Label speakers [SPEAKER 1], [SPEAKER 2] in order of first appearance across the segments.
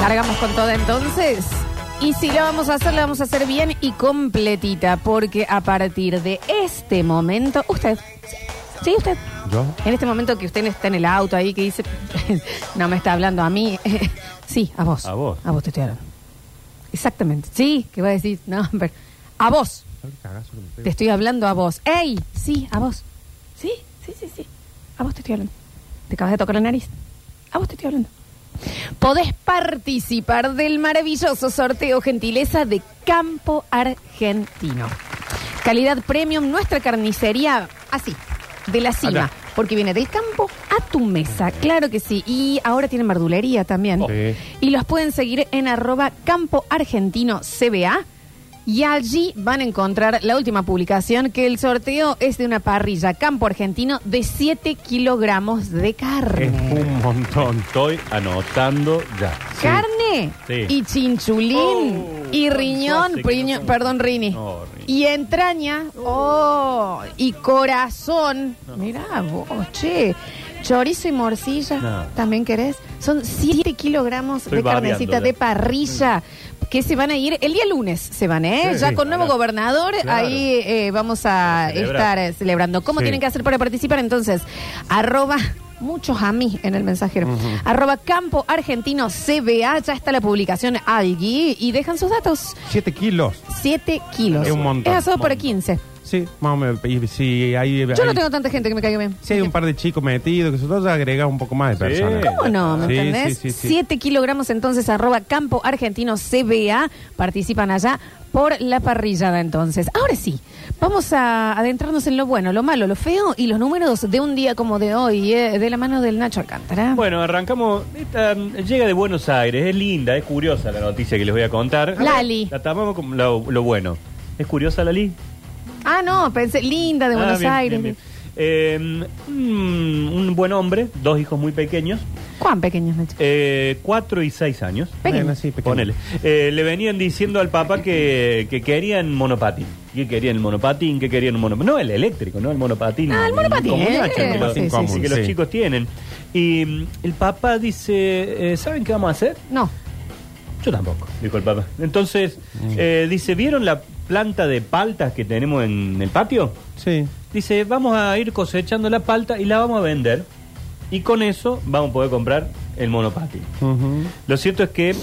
[SPEAKER 1] Cargamos con todo entonces. Y si la vamos a hacer, la vamos a hacer bien y completita, porque a partir de este momento, usted, sí, sí, usted,
[SPEAKER 2] ¿Yo?
[SPEAKER 1] en este momento que usted está en el auto ahí, que dice, no me está hablando a mí, sí, a vos.
[SPEAKER 2] A vos.
[SPEAKER 1] A vos te estoy hablando. Exactamente, sí, que va a decir, no, pero, a vos,
[SPEAKER 2] ¿Sabes el cagazo que me pego?
[SPEAKER 1] te estoy hablando a vos. ¡Ey! Sí, a vos. Sí, sí, sí, sí. A vos te estoy hablando. Te acabas de tocar la nariz. A vos te estoy hablando. Podés participar del maravilloso sorteo gentileza de Campo Argentino. Calidad premium, nuestra carnicería, así, de la cima.
[SPEAKER 2] Acá.
[SPEAKER 1] Porque viene del campo a tu mesa, claro que sí. Y ahora tienen verdulería también.
[SPEAKER 2] Sí.
[SPEAKER 1] Y los pueden seguir en arroba campo argentino CBA. Y allí van a encontrar la última publicación, que el sorteo es de una parrilla campo argentino de 7 kilogramos de
[SPEAKER 2] Es
[SPEAKER 1] carne.
[SPEAKER 2] un montón. Estoy anotando ya.
[SPEAKER 1] Carne
[SPEAKER 2] Sí.
[SPEAKER 1] y chinchulín
[SPEAKER 2] Oh,
[SPEAKER 1] y
[SPEAKER 2] hace
[SPEAKER 1] riñón,
[SPEAKER 2] que no
[SPEAKER 1] priño-
[SPEAKER 2] como.
[SPEAKER 1] perdón, rini.
[SPEAKER 2] No, rini.
[SPEAKER 1] Y entraña, oh, y corazón. Mirá vos, che. Chorizo y morcilla,
[SPEAKER 2] No.
[SPEAKER 1] ¿también querés? Son 7 kilogramos
[SPEAKER 2] Estoy
[SPEAKER 1] de carnecita
[SPEAKER 2] babeando,
[SPEAKER 1] de
[SPEAKER 2] ya. Mm.
[SPEAKER 1] parrilla. Que se van a ir el día lunes, se van, ¿eh?
[SPEAKER 2] Sí,
[SPEAKER 1] ya
[SPEAKER 2] sí,
[SPEAKER 1] con nuevo
[SPEAKER 2] ojalá.
[SPEAKER 1] gobernador,
[SPEAKER 2] Claro.
[SPEAKER 1] ahí eh, vamos a
[SPEAKER 2] A
[SPEAKER 1] estar
[SPEAKER 2] celebrar.
[SPEAKER 1] eh, celebrando. ¿Cómo
[SPEAKER 2] Sí.
[SPEAKER 1] tienen que hacer para participar entonces? Arroba muchos a mí en el mensajero. Arroba Campo Argentino CBA, ya está la publicación allí y dejan sus datos.
[SPEAKER 2] 7 kilos.
[SPEAKER 1] 7 kilos.
[SPEAKER 2] Es un montón.
[SPEAKER 1] Es asado para
[SPEAKER 2] Montón.
[SPEAKER 1] 15.
[SPEAKER 2] Sí, más o menos. Y si hay,
[SPEAKER 1] Yo no
[SPEAKER 2] hay-
[SPEAKER 1] tengo tanta gente que me caiga bien.
[SPEAKER 2] si hay un par de chicos metidos, que nosotros agregamos un poco más de
[SPEAKER 3] Sí.
[SPEAKER 2] personas.
[SPEAKER 1] ¿Cómo no? ¿Me
[SPEAKER 2] Sí,
[SPEAKER 1] entendés?
[SPEAKER 2] sí, sí, sí.
[SPEAKER 1] 7 kilogramos entonces, arroba Campo Argentino CBA. Participan allá por la parrillada entonces. Ahora sí, vamos a adentrarnos en lo bueno, lo malo, lo feo y los números de un día como de hoy, eh, de la mano del Nacho Alcántara.
[SPEAKER 3] Bueno, arrancamos. Esta, mm, llega de Buenos Aires, es linda, es curiosa la noticia que les voy a contar.
[SPEAKER 1] Lali.
[SPEAKER 3] La tomamos como lo, lo bueno. ¿Es curiosa Lali?
[SPEAKER 1] Ah, no, pensé, linda de
[SPEAKER 3] Ah,
[SPEAKER 1] Buenos
[SPEAKER 3] bien,
[SPEAKER 1] Aires.
[SPEAKER 3] bien, bien. Eh, mm, un buen hombre, dos hijos muy pequeños,
[SPEAKER 1] ¿Cuán pequeños, Nacho?
[SPEAKER 3] eh, cuatro y seis años.
[SPEAKER 1] Pequeño.
[SPEAKER 2] Bueno, sí, pequeño.
[SPEAKER 3] Ponele. Eh, le venían diciendo al papá que, que querían monopatín. Que querían el monopatín, que querían un monopatín. No, el eléctrico, no el monopatín.
[SPEAKER 1] Ah, el monopatín,
[SPEAKER 3] común,
[SPEAKER 1] eh,
[SPEAKER 3] que,
[SPEAKER 2] sí,
[SPEAKER 3] los-
[SPEAKER 2] sí, sí,
[SPEAKER 3] que los
[SPEAKER 2] sí.
[SPEAKER 3] chicos tienen. Y mm, el papá dice, eh, ¿saben qué vamos a hacer?
[SPEAKER 1] No.
[SPEAKER 3] Yo tampoco, dijo el papá. Entonces,
[SPEAKER 2] Mm.
[SPEAKER 3] eh, dice, ¿vieron la planta de paltas que tenemos en el patio?
[SPEAKER 2] Sí.
[SPEAKER 3] Dice, vamos a ir cosechando la palta y la vamos a vender. Y con eso vamos a poder comprar el monopatín.
[SPEAKER 2] Ujú.
[SPEAKER 3] Lo cierto es que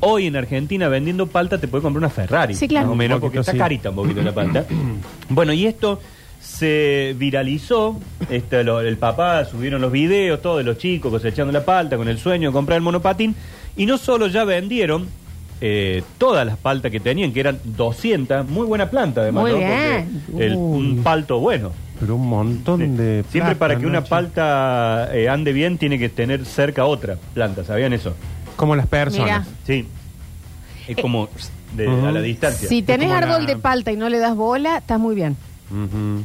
[SPEAKER 3] hoy en Argentina vendiendo palta te puede comprar una Ferrari.
[SPEAKER 1] Sí, claro.
[SPEAKER 3] Más o menos,
[SPEAKER 2] Un
[SPEAKER 3] porque
[SPEAKER 2] poquito,
[SPEAKER 3] está
[SPEAKER 2] sí.
[SPEAKER 3] carita un poquito la palta. bueno, y esto se viralizó. Este, lo- el papá subieron los videos, todos de los chicos cosechando la palta con el sueño de comprar el monopatín. Y no solo ya vendieron. eh, todas las paltas que tenían, que eran 200, muy buena planta además,
[SPEAKER 1] Muy
[SPEAKER 3] ¿no?
[SPEAKER 1] bien. Uh.
[SPEAKER 3] Porque el-
[SPEAKER 2] Uy.
[SPEAKER 3] un palto bueno.
[SPEAKER 2] Pero un montón
[SPEAKER 3] Sí.
[SPEAKER 2] de.
[SPEAKER 3] Siempre
[SPEAKER 2] plata,
[SPEAKER 3] para que una
[SPEAKER 2] Nacho.
[SPEAKER 3] palta eh, ande bien tiene que tener cerca otra planta, ¿sabían eso?
[SPEAKER 2] Como las personas.
[SPEAKER 1] Mirá.
[SPEAKER 3] Sí. Es
[SPEAKER 1] Eh,
[SPEAKER 3] como de,
[SPEAKER 2] Ujú.
[SPEAKER 3] a la distancia.
[SPEAKER 1] Si tenés
[SPEAKER 2] como
[SPEAKER 1] árbol
[SPEAKER 2] la-
[SPEAKER 1] de palta y no le das bola, estás muy bien.
[SPEAKER 2] Ujú.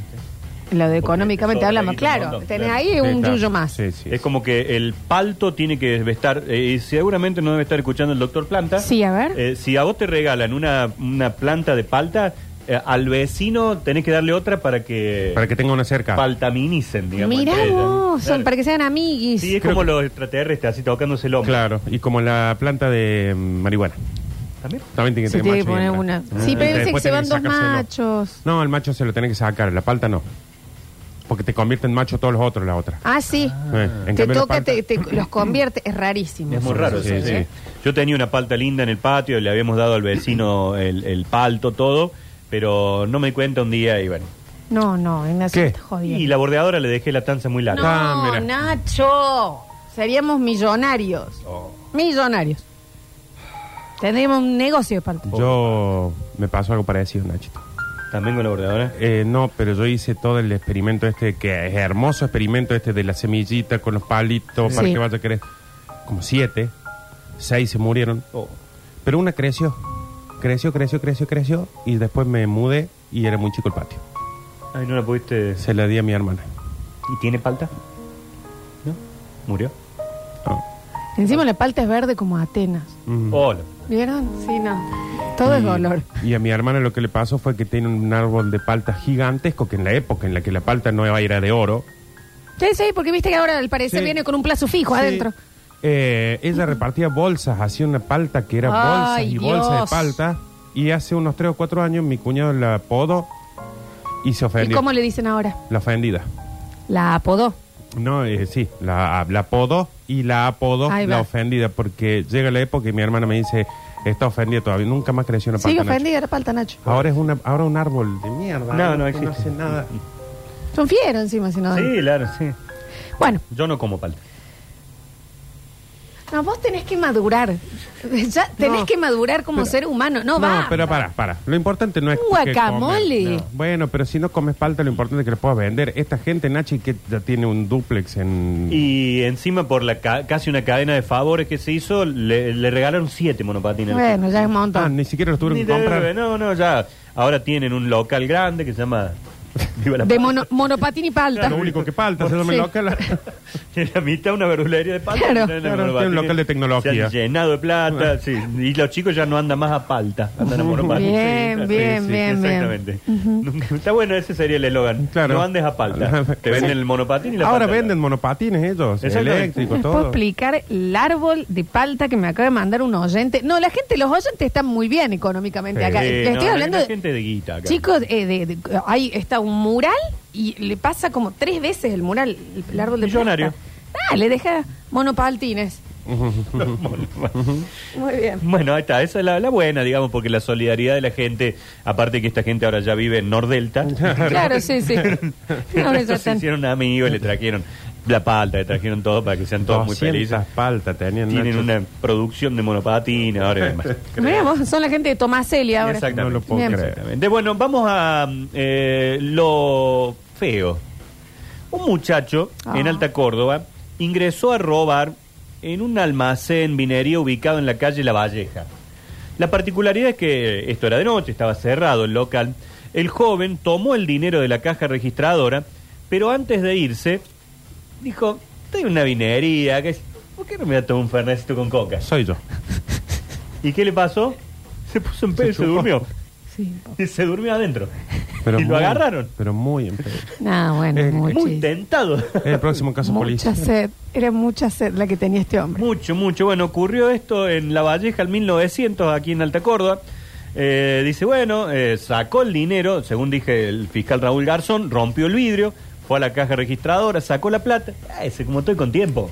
[SPEAKER 1] En Lo de
[SPEAKER 3] Porque
[SPEAKER 1] económicamente
[SPEAKER 3] te sobra
[SPEAKER 1] hablamos,
[SPEAKER 3] ahí un
[SPEAKER 1] claro.
[SPEAKER 3] montón,
[SPEAKER 1] tenés
[SPEAKER 3] claro.
[SPEAKER 1] ahí un
[SPEAKER 2] Sí, claro.
[SPEAKER 1] yuyo más.
[SPEAKER 2] Sí, sí.
[SPEAKER 3] Es como que el palto tiene que estar, eh, y seguramente no debe estar escuchando el doctor Planta.
[SPEAKER 1] Sí, a ver.
[SPEAKER 3] Eh, si a vos te regalan una, una planta de palta, eh, al vecino tenés que darle otra para que,
[SPEAKER 2] Para que tenga una cerca.
[SPEAKER 3] paltaminicen, digamos.
[SPEAKER 1] Mirá
[SPEAKER 3] entre ellas.
[SPEAKER 1] vos, son
[SPEAKER 3] Claro.
[SPEAKER 1] para que sean amiguis.
[SPEAKER 3] Sí, es
[SPEAKER 2] Creo
[SPEAKER 3] como
[SPEAKER 2] que-
[SPEAKER 3] los extraterrestres, así tocándose el hombro.
[SPEAKER 2] Claro. Y como la planta de mm, marihuana.
[SPEAKER 3] ¿También?
[SPEAKER 2] También tiene que
[SPEAKER 1] Se
[SPEAKER 2] tener
[SPEAKER 1] tiene que
[SPEAKER 2] macho y
[SPEAKER 1] poner
[SPEAKER 2] hembra.
[SPEAKER 1] una.
[SPEAKER 2] Ah.
[SPEAKER 1] Sí, pero
[SPEAKER 2] Y
[SPEAKER 1] dice que
[SPEAKER 2] después
[SPEAKER 1] se van
[SPEAKER 2] tenés
[SPEAKER 1] dos
[SPEAKER 2] sacárselo.
[SPEAKER 1] machos.
[SPEAKER 2] No, el macho se lo tiene que sacar, la palta no. Porque te convierte en macho todos los otros, la otra.
[SPEAKER 1] Ah, sí.
[SPEAKER 2] Eh, en
[SPEAKER 1] te
[SPEAKER 2] cambio, la
[SPEAKER 1] toca,
[SPEAKER 2] palta-
[SPEAKER 1] te, te- los convierte. Es rarísimo.
[SPEAKER 3] Es muy raro.
[SPEAKER 2] Sí,
[SPEAKER 3] eso,
[SPEAKER 2] sí.
[SPEAKER 3] ¿eh? Yo tenía una palta linda en el patio, le habíamos dado al vecino el, el palto, todo, pero no me di cuenta un día y bueno.
[SPEAKER 1] No, no, Ignacio,
[SPEAKER 2] ¿Qué?
[SPEAKER 1] estás jodiendo.
[SPEAKER 3] Y la bordeadora le dejé la tanza muy larga.
[SPEAKER 1] No,
[SPEAKER 2] Ah, mira.
[SPEAKER 1] Nacho. Seríamos millonarios.
[SPEAKER 3] Oh.
[SPEAKER 1] Millonarios. Tendríamos un negocio de palta.
[SPEAKER 2] Yo me pasó algo parecido, Nachito.
[SPEAKER 3] También con la bordeadora.
[SPEAKER 2] Eh, no, pero yo hice todo el experimento este, que es hermoso experimento este de la semillita con los palitos para
[SPEAKER 1] Sí.
[SPEAKER 2] que vaya a crecer. Como siete, seis se murieron.
[SPEAKER 3] Oh.
[SPEAKER 2] Pero una creció, creció, creció, creció, creció. Y después me mudé y era muy chico el patio.
[SPEAKER 3] Ay, no la pudiste.
[SPEAKER 2] Se la di a mi hermana.
[SPEAKER 3] ¿Y tiene palta? ¿No? ¿Murió?
[SPEAKER 2] No.
[SPEAKER 1] Encima la palta es verde como Atenas.
[SPEAKER 2] Mm.
[SPEAKER 3] Hola.
[SPEAKER 1] ¿Vieron? Sí, no. Todo es
[SPEAKER 2] Y-
[SPEAKER 1] dolor.
[SPEAKER 2] Y a mi hermana lo que le pasó fue que tiene un árbol de palta gigantesco, que en la época en la que la palta no era de oro,
[SPEAKER 1] Sí, sí, porque viste que ahora al parecer
[SPEAKER 2] Sí.
[SPEAKER 1] viene con un plazo fijo
[SPEAKER 2] Sí.
[SPEAKER 1] adentro.
[SPEAKER 2] Eh, ella repartía bolsas, hacía una palta que era bolsas
[SPEAKER 1] Ay,
[SPEAKER 2] y bolsas de
[SPEAKER 1] Dios.
[SPEAKER 2] palta. Y hace unos 3 o 4 años mi cuñado la apodó y se
[SPEAKER 1] ¿Y
[SPEAKER 2] ofendió.
[SPEAKER 1] cómo le dicen ahora?
[SPEAKER 2] La ofendida.
[SPEAKER 1] La apodó.
[SPEAKER 2] No, eh, sí, la, la apodo y la apodo
[SPEAKER 1] Ahí
[SPEAKER 2] la
[SPEAKER 1] va.
[SPEAKER 2] ofendida porque llega la época y mi hermana me dice, está ofendida todavía, nunca más creció una palta.
[SPEAKER 1] Sigue
[SPEAKER 2] Nacho".
[SPEAKER 1] ofendida, era palta, Nacho.
[SPEAKER 2] Ahora es una, ahora un árbol de mierda.
[SPEAKER 3] No, no
[SPEAKER 2] no
[SPEAKER 3] existe.
[SPEAKER 2] hace nada.
[SPEAKER 1] Son fieros encima, si no.
[SPEAKER 3] Sí, claro, sí.
[SPEAKER 1] Bueno,
[SPEAKER 3] Yo no como palta.
[SPEAKER 1] no, vos tenés que madurar. Ya tenés
[SPEAKER 2] No,
[SPEAKER 1] que madurar como ser humano. No, va.
[SPEAKER 2] pero para, para. Lo importante no es
[SPEAKER 1] Un guacamole.
[SPEAKER 2] que comer. Bueno, pero si no comes palta, lo importante es que lo puedas vender. Esta gente, Nachi, que ya tiene un duplex en...
[SPEAKER 3] Y encima, por la ca- casi una cadena de favores que se hizo, le, le regalaron siete monopatines.
[SPEAKER 1] Bueno, ya es un montón.
[SPEAKER 2] Ah, ni siquiera lo tuvieron
[SPEAKER 3] Ni
[SPEAKER 2] que comprar.
[SPEAKER 3] debe, no, no, ya. Ahora tienen un local grande que se llama. Viva la
[SPEAKER 1] De
[SPEAKER 3] palta.
[SPEAKER 1] mono- monopatín y palta.
[SPEAKER 2] Lo único que falta, se lo
[SPEAKER 1] Sí.
[SPEAKER 2] me local.
[SPEAKER 3] En la mitad una verdulería de palta.
[SPEAKER 1] Claro.
[SPEAKER 3] y tienen
[SPEAKER 2] Claro,
[SPEAKER 3] monopatines.
[SPEAKER 2] tiene un local de tecnología. Ah.
[SPEAKER 3] Se han llenado de plata, sí. Y los chicos ya no andan más a palta, andan a monopatines.
[SPEAKER 1] Bien,
[SPEAKER 3] claro,
[SPEAKER 1] bien, bien, bien.
[SPEAKER 3] Exactamente. Nunca- Está bueno, ese sería el eslogan.
[SPEAKER 2] Claro.
[SPEAKER 3] No andes a palta. Te venden el monopatín y la
[SPEAKER 2] Ahora
[SPEAKER 3] palta.
[SPEAKER 2] venden monopatines ellos,
[SPEAKER 3] Exactamente.
[SPEAKER 2] eléctricos,
[SPEAKER 1] ¿Les puedo
[SPEAKER 2] todo.
[SPEAKER 1] explicar el árbol de palta que me acaba de mandar un oyente? No, la gente, los oyentes están muy bien económicamente
[SPEAKER 2] Sí.
[SPEAKER 1] acá.
[SPEAKER 3] Sí,
[SPEAKER 1] Les
[SPEAKER 3] no,
[SPEAKER 1] estoy
[SPEAKER 3] hay
[SPEAKER 1] hablando
[SPEAKER 3] una
[SPEAKER 1] de...
[SPEAKER 3] gente de guita acá.
[SPEAKER 1] Chicos, eh, de- de- ahí está un mural y le pasa como tres veces el mural, el, el árbol de
[SPEAKER 3] Millonario.
[SPEAKER 1] palta. Ah, le deja monopaltines. Muy bien.
[SPEAKER 3] Bueno, ahí está, esa es la, la buena, digamos, porque la solidaridad de la gente, aparte que esta gente ahora ya vive en Nordelta,
[SPEAKER 1] Claro, sí, sí. Ahora ya
[SPEAKER 3] Estos se
[SPEAKER 1] están.
[SPEAKER 3] hicieron amigos, le trajeron la palta, le trajeron todo para que sean todos muy
[SPEAKER 2] 200
[SPEAKER 3] felices.
[SPEAKER 2] palta tenían,
[SPEAKER 3] Tienen
[SPEAKER 2] Nacho.
[SPEAKER 3] una producción de monopatín ahora y demás.
[SPEAKER 1] Mirá vos, son la gente de Tomaselia ahora.
[SPEAKER 3] Exactamente.
[SPEAKER 2] No lo puedo
[SPEAKER 1] Bien.
[SPEAKER 2] creer.
[SPEAKER 3] Exactamente. Bueno, vamos a eh, lo feo. Un muchacho
[SPEAKER 1] Ah.
[SPEAKER 3] en Alta Córdoba ingresó a robar en un almacén vinería ubicado en la calle La Valleja. La particularidad es que esto era de noche, estaba cerrado el local. El joven tomó el dinero de la caja registradora, pero antes de irse dijo, estoy en una vinería, ¿qué es- ¿por qué no me voy a tomar un fernecito con coca?
[SPEAKER 2] Soy yo.
[SPEAKER 3] ¿Y qué le pasó? Se puso en pedo y se
[SPEAKER 2] chupó.
[SPEAKER 3] durmió.
[SPEAKER 1] Sí.
[SPEAKER 3] Y se durmió adentro.
[SPEAKER 2] Pero
[SPEAKER 3] y lo
[SPEAKER 2] muy-
[SPEAKER 3] agarraron.
[SPEAKER 2] Pero muy en pedo.
[SPEAKER 1] No, bueno,
[SPEAKER 2] Eh,
[SPEAKER 1] muchis-
[SPEAKER 3] Muy tentado.
[SPEAKER 2] El próximo caso
[SPEAKER 1] mucha
[SPEAKER 2] policial.
[SPEAKER 1] sed. Era mucha sed la que tenía este hombre.
[SPEAKER 3] mucho, mucho. Bueno, ocurrió esto en La Valleja en 1900, aquí en Alta Córdoba. Eh, dice, bueno, eh, sacó el dinero, según dije el fiscal Raúl Garzón, rompió el vidrio, fue a la caja registradora, sacó la plata. Ah, ese, como estoy con tiempo.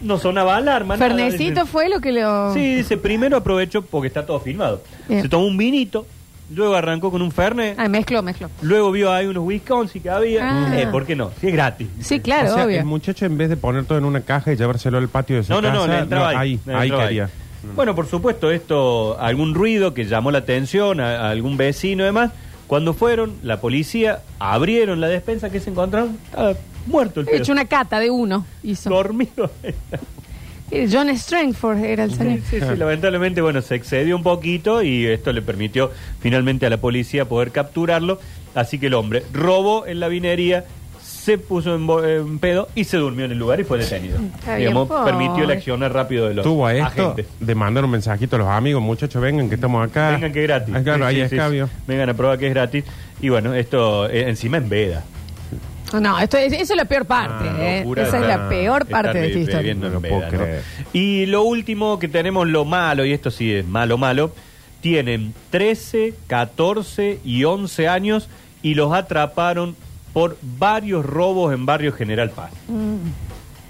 [SPEAKER 3] No sonaba alarma. nada, dice.
[SPEAKER 1] Fernecito fue lo que lo...
[SPEAKER 3] Sí, dice, primero aprovecho porque está todo filmado.
[SPEAKER 1] Bien.
[SPEAKER 3] Se tomó un vinito, luego arrancó con un fernet,
[SPEAKER 1] Ah, mezcló, mezcló.
[SPEAKER 3] luego vio ahí unos Wisconsin que había.
[SPEAKER 1] Ah.
[SPEAKER 3] Eh, ¿Por qué no? Si es gratis.
[SPEAKER 1] Sí, claro,
[SPEAKER 2] O sea,
[SPEAKER 1] obvio.
[SPEAKER 2] el muchacho en vez de poner todo en una caja y llevárselo al patio de su
[SPEAKER 3] No, no,
[SPEAKER 2] casa...
[SPEAKER 3] no, le entraba ahí.
[SPEAKER 2] ahí,
[SPEAKER 3] le
[SPEAKER 2] ahí
[SPEAKER 3] entraba
[SPEAKER 2] quería.
[SPEAKER 3] ahí. Bueno, por supuesto, esto, algún ruido que llamó la atención a, a algún vecino y demás. Cuando fueron, la policía abrieron la despensa que se encontraron. Estaba muerto el
[SPEAKER 1] He hecho
[SPEAKER 3] pedo.
[SPEAKER 1] una cata de uno, hizo.
[SPEAKER 3] Dormido.
[SPEAKER 1] Eh, John Strangford era el señor.
[SPEAKER 3] Sí, sí, sí, lamentablemente, bueno, se excedió un poquito y esto le permitió finalmente a la policía poder capturarlo. Así que el hombre robó en la vinería, se puso en, bo- en pedo y se durmió en el lugar y fue detenido.
[SPEAKER 1] Está bien, pues.
[SPEAKER 3] Digamos,
[SPEAKER 1] pobre.
[SPEAKER 3] permitió el accionar rápido de los
[SPEAKER 2] Tuvo a esto
[SPEAKER 3] agentes.
[SPEAKER 2] de mandar un mensajito a los amigos, muchachos, vengan que estamos acá.
[SPEAKER 3] Vengan que es gratis.
[SPEAKER 2] Ah, claro,
[SPEAKER 3] Sí,
[SPEAKER 2] ahí
[SPEAKER 3] sí,
[SPEAKER 2] es
[SPEAKER 3] sí,
[SPEAKER 2] cabio.
[SPEAKER 3] sí. Vengan a probar que es gratis. Y bueno, esto eh, encima en veda.
[SPEAKER 1] No, No, esto es, eso es la peor parte. eh.
[SPEAKER 3] Ah, Locura
[SPEAKER 1] Esa es
[SPEAKER 3] estar-
[SPEAKER 1] la peor
[SPEAKER 3] estar
[SPEAKER 1] parte de esta
[SPEAKER 3] be-
[SPEAKER 1] historia.
[SPEAKER 3] bebiendo en
[SPEAKER 2] No lo puedo
[SPEAKER 3] veda, ¿no?
[SPEAKER 2] creer.
[SPEAKER 3] Y lo último que tenemos, lo malo, y esto sí es malo, malo, tienen 13, 14 y 11 años y los atraparon por varios robos en barrio General Paz.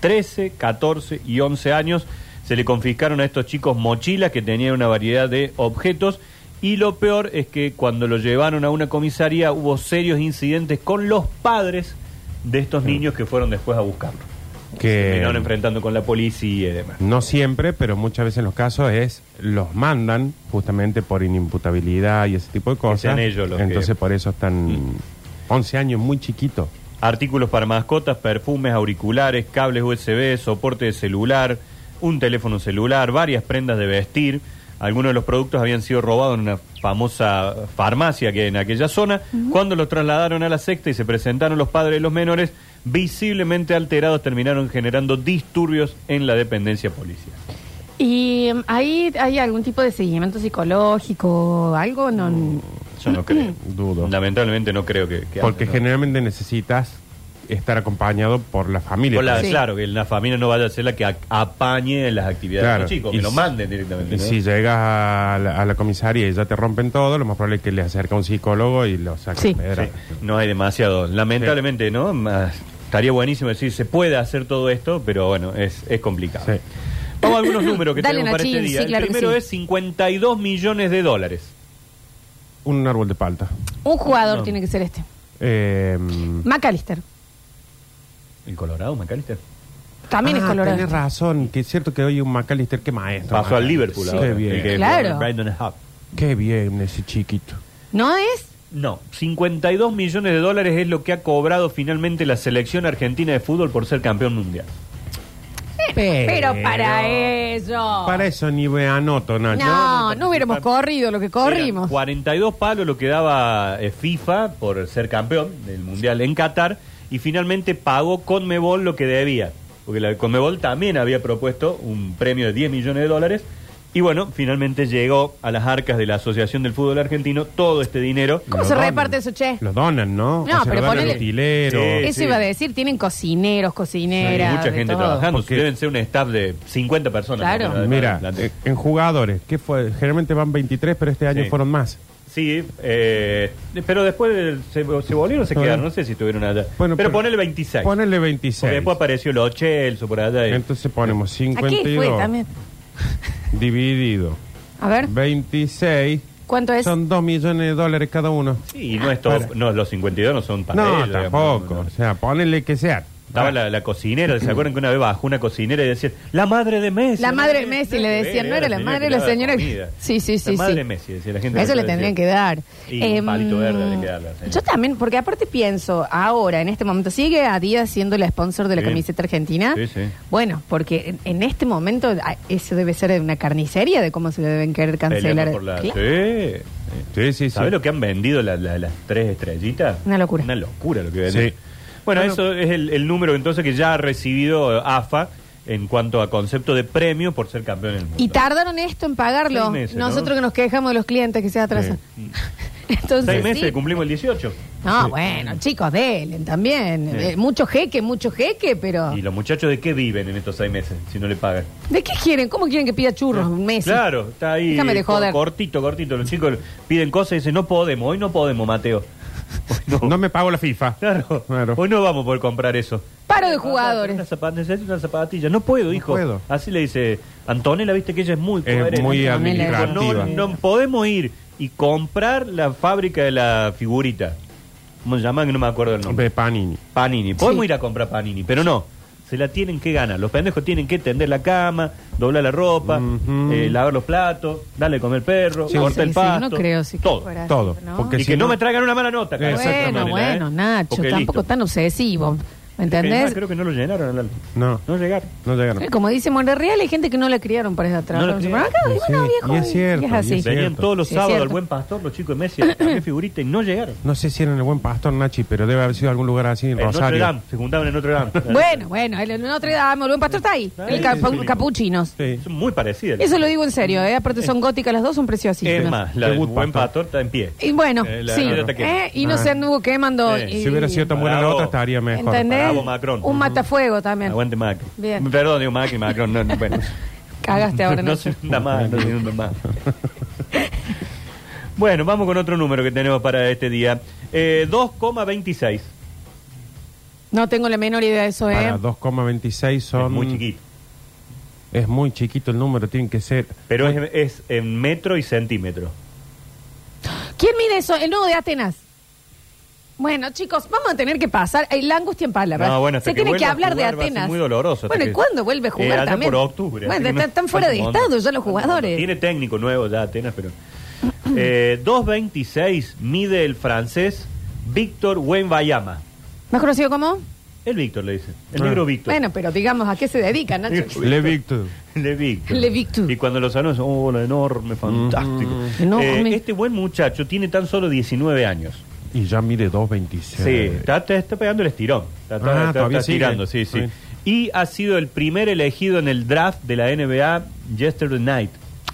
[SPEAKER 3] 13, 14 y 11 años. Se le confiscaron a estos chicos mochilas que tenían una variedad de objetos. Y lo peor es que cuando lo llevaron a una comisaría hubo serios incidentes con los padres de estos
[SPEAKER 2] Mm.
[SPEAKER 3] niños que fueron después a buscarlo. Se
[SPEAKER 2] Que
[SPEAKER 3] terminaron enfrentando con la policía y demás.
[SPEAKER 2] no siempre, pero muchas veces en los casos es los mandan justamente por inimputabilidad y ese tipo de cosas.
[SPEAKER 3] sean ellos los que-
[SPEAKER 2] Entonces por eso están 11 años muy chiquitos.
[SPEAKER 3] Artículos para mascotas, perfumes, auriculares, cables USB, soporte de celular, un teléfono celular, varias prendas de vestir. Algunos de los productos habían sido robados en una famosa farmacia que hay en aquella zona. Cuando los trasladaron a la sexta y se presentaron los padres de los menores, visiblemente alterados, terminaron generando disturbios en la dependencia policial.
[SPEAKER 1] ¿Y mm, ahí hay algún tipo de seguimiento psicológico o algo? No,
[SPEAKER 3] Yo no creo.
[SPEAKER 2] Dudo.
[SPEAKER 3] Lamentablemente no creo que... que
[SPEAKER 2] Porque
[SPEAKER 3] haya, ¿no?
[SPEAKER 2] generalmente necesitas estar acompañado por la familia.
[SPEAKER 3] Por la-
[SPEAKER 1] Sí.
[SPEAKER 3] Claro, que la familia no vaya a ser la que a- apañe las actividades de
[SPEAKER 2] Claro.
[SPEAKER 3] los chicos,
[SPEAKER 2] Y
[SPEAKER 3] que lo
[SPEAKER 2] si-
[SPEAKER 3] manden directamente.
[SPEAKER 2] Y
[SPEAKER 3] ¿no?
[SPEAKER 2] si llegas a la, a la comisaría y ya te rompen todo, lo más probable es que le acerca un psicólogo y lo saca.
[SPEAKER 1] Sí.
[SPEAKER 2] a pedra.
[SPEAKER 3] Sí, no hay demasiado. Lamentablemente, ¿no? Más- Estaría buenísimo decir, se puede hacer todo esto, pero bueno, es, es complicado.
[SPEAKER 2] Sí.
[SPEAKER 3] Vamos a algunos números que
[SPEAKER 1] Dale,
[SPEAKER 3] tenemos para
[SPEAKER 1] Nachín,
[SPEAKER 3] este día.
[SPEAKER 1] sí,
[SPEAKER 3] El
[SPEAKER 1] claro que
[SPEAKER 3] primero
[SPEAKER 1] sí.
[SPEAKER 3] es 52 millones de dólares.
[SPEAKER 2] Un árbol de palta.
[SPEAKER 1] Un jugador
[SPEAKER 3] No.
[SPEAKER 1] tiene que ser este.
[SPEAKER 2] Eh,
[SPEAKER 1] McAllister.
[SPEAKER 3] ¿El Colorado, McAllister?
[SPEAKER 1] También es
[SPEAKER 2] ah,
[SPEAKER 1] colorado.
[SPEAKER 2] Tenés razón, que es cierto que hoy un McAllister, qué maestro.
[SPEAKER 3] Pasó al
[SPEAKER 2] McAllister.
[SPEAKER 3] Liverpool
[SPEAKER 2] Sí,
[SPEAKER 3] ahora,
[SPEAKER 2] Qué
[SPEAKER 3] el
[SPEAKER 2] bien.
[SPEAKER 3] que
[SPEAKER 1] Claro.
[SPEAKER 3] jugó en Brighton and Hove.
[SPEAKER 2] Qué bien ese chiquito.
[SPEAKER 1] ¿No es?
[SPEAKER 3] No, 52 millones de dólares es lo que ha cobrado finalmente la selección argentina de fútbol por ser campeón mundial.
[SPEAKER 1] Eh,
[SPEAKER 3] Eh,
[SPEAKER 1] Pero para eso.
[SPEAKER 2] Para eso ni me anoto, Nacho.
[SPEAKER 1] No, no hubiéramos corrido lo que
[SPEAKER 3] Eran
[SPEAKER 1] corrimos.
[SPEAKER 3] 42 palos lo que daba eh, FIFA por ser campeón del Mundial en Qatar y finalmente pagó Conmebol lo que debía. Porque la Conmebol también había propuesto un premio de 10 millones de dólares y bueno, finalmente llegó a las arcas de la Asociación del Fútbol Argentino todo este dinero.
[SPEAKER 1] ¿Cómo
[SPEAKER 2] Lo
[SPEAKER 1] se
[SPEAKER 2] donan.
[SPEAKER 1] reparte eso, che?
[SPEAKER 2] Los donan, ¿no?
[SPEAKER 1] No, pero
[SPEAKER 2] lo donan
[SPEAKER 1] ponele-
[SPEAKER 2] al utilero.
[SPEAKER 3] Sí.
[SPEAKER 1] Eso iba a decir, tienen cocineros,
[SPEAKER 3] Hay
[SPEAKER 1] cocineras.
[SPEAKER 3] mucha
[SPEAKER 1] de
[SPEAKER 3] gente
[SPEAKER 1] todo.
[SPEAKER 3] trabajando,
[SPEAKER 2] Porque-
[SPEAKER 3] deben ser un staff de 50 personas.
[SPEAKER 1] Claro.
[SPEAKER 3] ¿no?
[SPEAKER 2] Mira,
[SPEAKER 3] Adelante.
[SPEAKER 2] eh, en jugadores, ¿qué fue? Generalmente van 23, pero este año
[SPEAKER 3] Sí.
[SPEAKER 2] fueron más.
[SPEAKER 3] Sí, eh, pero después se, se volvieron, se quedaron, no sé si estuvieron allá.
[SPEAKER 2] Bueno,
[SPEAKER 3] pero,
[SPEAKER 2] pero-
[SPEAKER 3] ponele 26.
[SPEAKER 2] Ponele
[SPEAKER 3] Porque
[SPEAKER 2] 26.
[SPEAKER 3] después apareció el Ochelso por allá. y-
[SPEAKER 2] Entonces ponemos
[SPEAKER 1] Aquí fue
[SPEAKER 2] 52
[SPEAKER 1] también.
[SPEAKER 2] dividido
[SPEAKER 1] A ver,
[SPEAKER 2] 26.
[SPEAKER 1] ¿cuánto es?
[SPEAKER 2] Son 2 millones de dólares cada uno.
[SPEAKER 3] Sí, no, es todo-
[SPEAKER 2] Para.
[SPEAKER 3] no, los 52 no son para
[SPEAKER 2] No,
[SPEAKER 3] ellos,
[SPEAKER 2] tampoco.
[SPEAKER 3] digamos, no, no.
[SPEAKER 2] O sea, ponele que sea.
[SPEAKER 3] Estaba la, la cocinera, ¿se acuerdan que una vez bajó una cocinera y decía, la madre de Messi?
[SPEAKER 1] La madre de
[SPEAKER 3] de
[SPEAKER 1] Messi,
[SPEAKER 3] nada
[SPEAKER 1] le
[SPEAKER 3] que
[SPEAKER 1] decían,
[SPEAKER 3] ver,
[SPEAKER 1] no era la
[SPEAKER 3] señora
[SPEAKER 1] madre,
[SPEAKER 3] que
[SPEAKER 1] la
[SPEAKER 3] daba
[SPEAKER 1] señora que-
[SPEAKER 3] comida.
[SPEAKER 1] Sí, sí, sí,
[SPEAKER 3] La madre
[SPEAKER 1] sí.
[SPEAKER 3] de Messi, decía la gente.
[SPEAKER 1] Eso le
[SPEAKER 3] decía.
[SPEAKER 1] tendrían que dar.
[SPEAKER 3] Y
[SPEAKER 1] Eh,
[SPEAKER 3] un palito verde le que darle, sí.
[SPEAKER 1] Yo también, porque aparte pienso, ahora, en este momento, sigue Adidas siendo la sponsor de la
[SPEAKER 3] Sí.
[SPEAKER 1] camiseta argentina.
[SPEAKER 3] Sí, sí.
[SPEAKER 1] Bueno, porque en, en este momento ah, eso debe ser una carnicería de cómo se le deben querer cancelar.
[SPEAKER 3] Peleando por la-
[SPEAKER 1] Claro.
[SPEAKER 3] Sí.
[SPEAKER 2] Ah, Sí, sí, sí.
[SPEAKER 3] ¿Sabes lo que han vendido la- la- las tres estrellitas?
[SPEAKER 1] Una locura.
[SPEAKER 3] Una locura lo que venden.
[SPEAKER 2] Sí.
[SPEAKER 3] Bueno, eso es el, el número entonces que ya ha recibido eh, AFA en cuanto a concepto de premio por ser campeón del mundo.
[SPEAKER 1] Y tardaron esto en pagarlo.
[SPEAKER 3] Seis meses, ¿no? Mm.
[SPEAKER 1] Nosotros que nos quejamos de los clientes que se atrasan. Entonces,
[SPEAKER 3] Seis meses,
[SPEAKER 1] sí.
[SPEAKER 3] cumplimos el 18.
[SPEAKER 1] No, bueno, chicos, delen también.
[SPEAKER 3] Sí.
[SPEAKER 1] Eh, mucho jeque, mucho jeque, pero...
[SPEAKER 3] ¿Y los muchachos de qué viven en estos seis meses si no le pagan?
[SPEAKER 1] ¿De qué quieren? ¿Cómo quieren que pida churros un mes?
[SPEAKER 3] Ah, Claro, está ahí.
[SPEAKER 1] Déjame de
[SPEAKER 3] co-
[SPEAKER 1] joder.
[SPEAKER 3] Cortito, cortito. Los chicos piden cosas y dicen, no podemos, hoy no podemos, Mateo. Hoy pues, no.
[SPEAKER 2] No me pago la FIFA.
[SPEAKER 3] Claro. hoy no vamos a poder comprar eso.
[SPEAKER 1] Paro de
[SPEAKER 3] Una
[SPEAKER 1] jugadores.
[SPEAKER 3] zapa- necesito una zapatilla. No puedo, hijo.
[SPEAKER 2] puedo.
[SPEAKER 3] Así le dice Antonella, viste que ella es muy
[SPEAKER 2] Es muy
[SPEAKER 1] administrativa.
[SPEAKER 3] No, no podemos ir y comprar la fábrica de la figurita. ¿Cómo se llama? Que no me acuerdo el nombre.
[SPEAKER 2] De Panini.
[SPEAKER 3] Panini. Podemos
[SPEAKER 1] Sí.
[SPEAKER 3] ir a comprar Panini, pero no. Se la tienen que ganar. Los pendejos tienen que tender la cama, doblar la ropa,
[SPEAKER 2] Ujú.
[SPEAKER 3] eh, lavar los platos, darle a comer perro,
[SPEAKER 1] No
[SPEAKER 3] cortar
[SPEAKER 1] sé,
[SPEAKER 3] el
[SPEAKER 1] sí, no
[SPEAKER 3] pasto.
[SPEAKER 1] creo, sí. que
[SPEAKER 3] todo.
[SPEAKER 1] fuera así,
[SPEAKER 2] todo,
[SPEAKER 1] ¿no?
[SPEAKER 2] porque
[SPEAKER 3] Y
[SPEAKER 2] si
[SPEAKER 3] que no,
[SPEAKER 2] no-
[SPEAKER 3] me traigan una mala nota. carajo.
[SPEAKER 2] Exactamente,
[SPEAKER 1] Bueno, bueno,
[SPEAKER 3] ¿eh?
[SPEAKER 1] Nacho,
[SPEAKER 3] Porque
[SPEAKER 1] tampoco
[SPEAKER 3] listo.
[SPEAKER 1] tan obsesivo. ¿Me
[SPEAKER 3] Además,
[SPEAKER 1] entendés?
[SPEAKER 3] Creo que no lo llenaron. Lalo.
[SPEAKER 2] No,
[SPEAKER 3] No llegaron.
[SPEAKER 2] no llegaron.
[SPEAKER 1] Eh, Como dice Monreal, Real, hay gente que no la criaron para esa
[SPEAKER 3] No
[SPEAKER 1] trabajo.
[SPEAKER 3] la criaron.
[SPEAKER 1] Acá, y
[SPEAKER 2] Sí,
[SPEAKER 1] bueno, viejo,
[SPEAKER 2] y es cierto,
[SPEAKER 1] y es así.
[SPEAKER 2] y es cierto.
[SPEAKER 3] Venían todos los
[SPEAKER 1] Sí, es
[SPEAKER 3] sábados al
[SPEAKER 1] cierto.
[SPEAKER 3] buen pastor, los chicos de Messi, a cambiar figurita y no llegaron.
[SPEAKER 2] No sé si era en el Buen Pastor, Nachi, pero debe haber sido algún lugar así en
[SPEAKER 3] En Notre Dame,
[SPEAKER 2] Rosario.
[SPEAKER 3] se juntaban en Notre Dame.
[SPEAKER 1] Bueno, bueno, el el Notre Dame, el buen pastor está ahí.
[SPEAKER 3] Está
[SPEAKER 1] El
[SPEAKER 3] ahí,
[SPEAKER 1] capu-
[SPEAKER 3] sí.
[SPEAKER 1] capuchinos.
[SPEAKER 2] Sí.
[SPEAKER 3] Son muy parecidas.
[SPEAKER 1] Eso lo digo en serio, ¿eh? Aparte son góticas las dos, son preciosísimas.
[SPEAKER 3] Es más, la
[SPEAKER 2] Qué
[SPEAKER 3] del
[SPEAKER 2] good
[SPEAKER 3] buen
[SPEAKER 2] pastor.
[SPEAKER 3] pastor está en pie.
[SPEAKER 1] Y bueno,
[SPEAKER 3] Eh, la-
[SPEAKER 1] sí.
[SPEAKER 3] la nota que-
[SPEAKER 1] ¿eh? Y no
[SPEAKER 2] Ah.
[SPEAKER 1] se anduvo quemando.
[SPEAKER 3] Sí.
[SPEAKER 1] y-
[SPEAKER 2] Si hubiera sido tan buena la
[SPEAKER 3] Bravo.
[SPEAKER 2] otra, estaría mejor.
[SPEAKER 1] ¿Entendés?
[SPEAKER 3] Bravo, Macron. Ah,
[SPEAKER 1] Un matafuego también.
[SPEAKER 3] Aguante Macri.
[SPEAKER 1] Bien.
[SPEAKER 3] Perdón, digo Macri, Macron. No, no, bueno.
[SPEAKER 1] Cagaste ahora.
[SPEAKER 3] no
[SPEAKER 1] Nacho.
[SPEAKER 3] se hunda más, no se hunda más. Bueno, vamos con otro número que tenemos para este día. Eh, 2,26.
[SPEAKER 1] No tengo la menor idea de eso, ¿eh?
[SPEAKER 2] Para 2,26 son...
[SPEAKER 3] Es muy chiquito.
[SPEAKER 2] Es muy chiquito el número, tiene que ser...
[SPEAKER 3] Pero es, es en metro y centímetro.
[SPEAKER 1] ¿Quién mide eso? El nudo de Atenas. Bueno, chicos, vamos a tener que pasar. eh, La angustia en palabras.
[SPEAKER 3] No, bueno, hasta
[SPEAKER 1] Se
[SPEAKER 3] que
[SPEAKER 1] tiene que
[SPEAKER 3] vuelva a
[SPEAKER 1] hablar
[SPEAKER 3] jugar
[SPEAKER 1] de
[SPEAKER 3] va a ser
[SPEAKER 1] Atenas.
[SPEAKER 3] muy doloroso hasta
[SPEAKER 1] Bueno, ¿y
[SPEAKER 3] que-
[SPEAKER 1] cuándo vuelve a
[SPEAKER 3] Eh,
[SPEAKER 1] jugar
[SPEAKER 3] allá
[SPEAKER 1] también?
[SPEAKER 3] por octubre.
[SPEAKER 1] Bueno,
[SPEAKER 3] así que
[SPEAKER 1] están,
[SPEAKER 3] no-
[SPEAKER 1] están fuera de
[SPEAKER 3] falta un montón.
[SPEAKER 1] estado ya los
[SPEAKER 3] Falta un montón.
[SPEAKER 1] jugadores.
[SPEAKER 3] Tiene técnico nuevo ya Atenas, pero... Eh, 2.26 mide el francés Víctor Wembanyama.
[SPEAKER 1] ¿Más conocido como?
[SPEAKER 3] El Víctor le dice. El
[SPEAKER 2] Ah.
[SPEAKER 3] negro Víctor.
[SPEAKER 1] Bueno, pero digamos, ¿a qué se dedican, Nacho?
[SPEAKER 2] Le Victor.
[SPEAKER 3] Le Víctor.
[SPEAKER 1] Le Victor.
[SPEAKER 3] Y cuando lo sanó, es, oh, lo enorme, fantástico.
[SPEAKER 1] Mm. Enorme.
[SPEAKER 3] Eh, este buen muchacho tiene tan solo 19 años.
[SPEAKER 2] Y ya mide 2,26.
[SPEAKER 3] Sí, está, está- está pegando el estirón. Está, está-
[SPEAKER 2] Eh, Ah,
[SPEAKER 3] está-
[SPEAKER 2] todavía
[SPEAKER 3] está
[SPEAKER 2] sigue.
[SPEAKER 3] tirando, sí, sí.
[SPEAKER 2] Bien.
[SPEAKER 3] Y ha sido el primer elegido en el draft de la NBA Yesterday Night.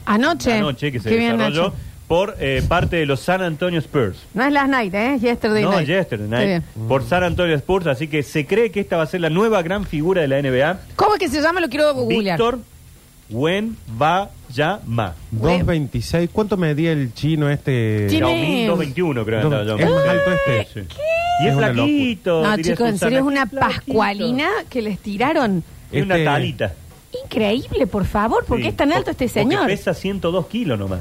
[SPEAKER 1] Anoche.
[SPEAKER 3] Anoche que se
[SPEAKER 1] Qué bien,
[SPEAKER 3] desarrolló
[SPEAKER 1] Nacho.
[SPEAKER 3] por eh, parte de los San Antonio Spurs.
[SPEAKER 1] No es last night, ¿eh? Es yesterday
[SPEAKER 3] No,
[SPEAKER 1] night.
[SPEAKER 3] yesterday
[SPEAKER 1] Está
[SPEAKER 3] night.
[SPEAKER 1] bien.
[SPEAKER 3] Por San Antonio Spurs, así que se cree que esta va a ser la nueva gran figura de la NBA.
[SPEAKER 1] ¿Cómo es que se llama? Lo quiero googlear.
[SPEAKER 3] Víctor Wenbayama.
[SPEAKER 1] Bueno.
[SPEAKER 2] 2.26. ¿Cuánto medía el chino este?
[SPEAKER 1] ¿Quién
[SPEAKER 3] Yao
[SPEAKER 1] es?
[SPEAKER 3] Ming, 221 creo.
[SPEAKER 2] Dos-
[SPEAKER 3] andaba Yao
[SPEAKER 2] es
[SPEAKER 3] Ming.
[SPEAKER 2] más alto este.
[SPEAKER 3] Sí. Y es
[SPEAKER 2] Es una
[SPEAKER 3] flaquito.
[SPEAKER 1] No,
[SPEAKER 3] diría
[SPEAKER 1] chicos, en
[SPEAKER 3] Susana.
[SPEAKER 1] serio es una
[SPEAKER 3] Flaquito.
[SPEAKER 1] pascualina que les tiraron.
[SPEAKER 3] Y una
[SPEAKER 2] Este-
[SPEAKER 3] talita.
[SPEAKER 1] Increíble, por favor. ¿Por
[SPEAKER 3] Sí.
[SPEAKER 1] qué es tan alto este
[SPEAKER 3] Porque
[SPEAKER 1] señor? Oh,
[SPEAKER 3] pesa 102 kilos nomás.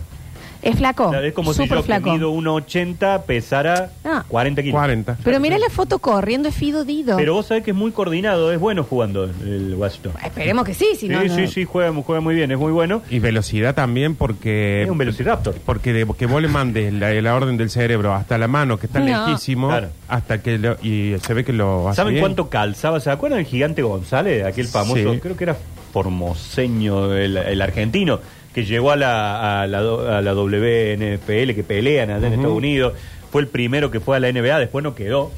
[SPEAKER 1] Es flaco.
[SPEAKER 3] O sea, es como si
[SPEAKER 1] súper
[SPEAKER 3] yo que
[SPEAKER 1] flaco.
[SPEAKER 3] mido 1,80 pesara
[SPEAKER 1] No.
[SPEAKER 3] 40 kilos.
[SPEAKER 2] 40.
[SPEAKER 1] Pero mirá la foto corriendo, es Fido Dido.
[SPEAKER 3] Pero vos sabés que es muy coordinado, es bueno jugando el Washington.
[SPEAKER 1] Esperemos que sí, si
[SPEAKER 3] Sí,
[SPEAKER 1] no. no-
[SPEAKER 3] sí, sí, juega, mu- juega muy bien, es muy bueno.
[SPEAKER 2] Y velocidad también porque...
[SPEAKER 3] Es un velociraptor.
[SPEAKER 2] Porque de, que vos le mandes la, la orden del cerebro hasta la mano, que está
[SPEAKER 1] No.
[SPEAKER 2] lejísimo,
[SPEAKER 3] Claro.
[SPEAKER 2] hasta que lo- y se ve que lo hace
[SPEAKER 3] ¿Saben
[SPEAKER 2] bien.
[SPEAKER 3] cuánto calzaba? ¿Se acuerdan del gigante González? Aquel famoso,
[SPEAKER 2] Sí.
[SPEAKER 3] creo que era formoseño, el, el argentino, que llegó a la, a la, do- a la WNFL, que pelean allá en Estados Unidos. Fue el primero que fue a la NBA, después no quedó.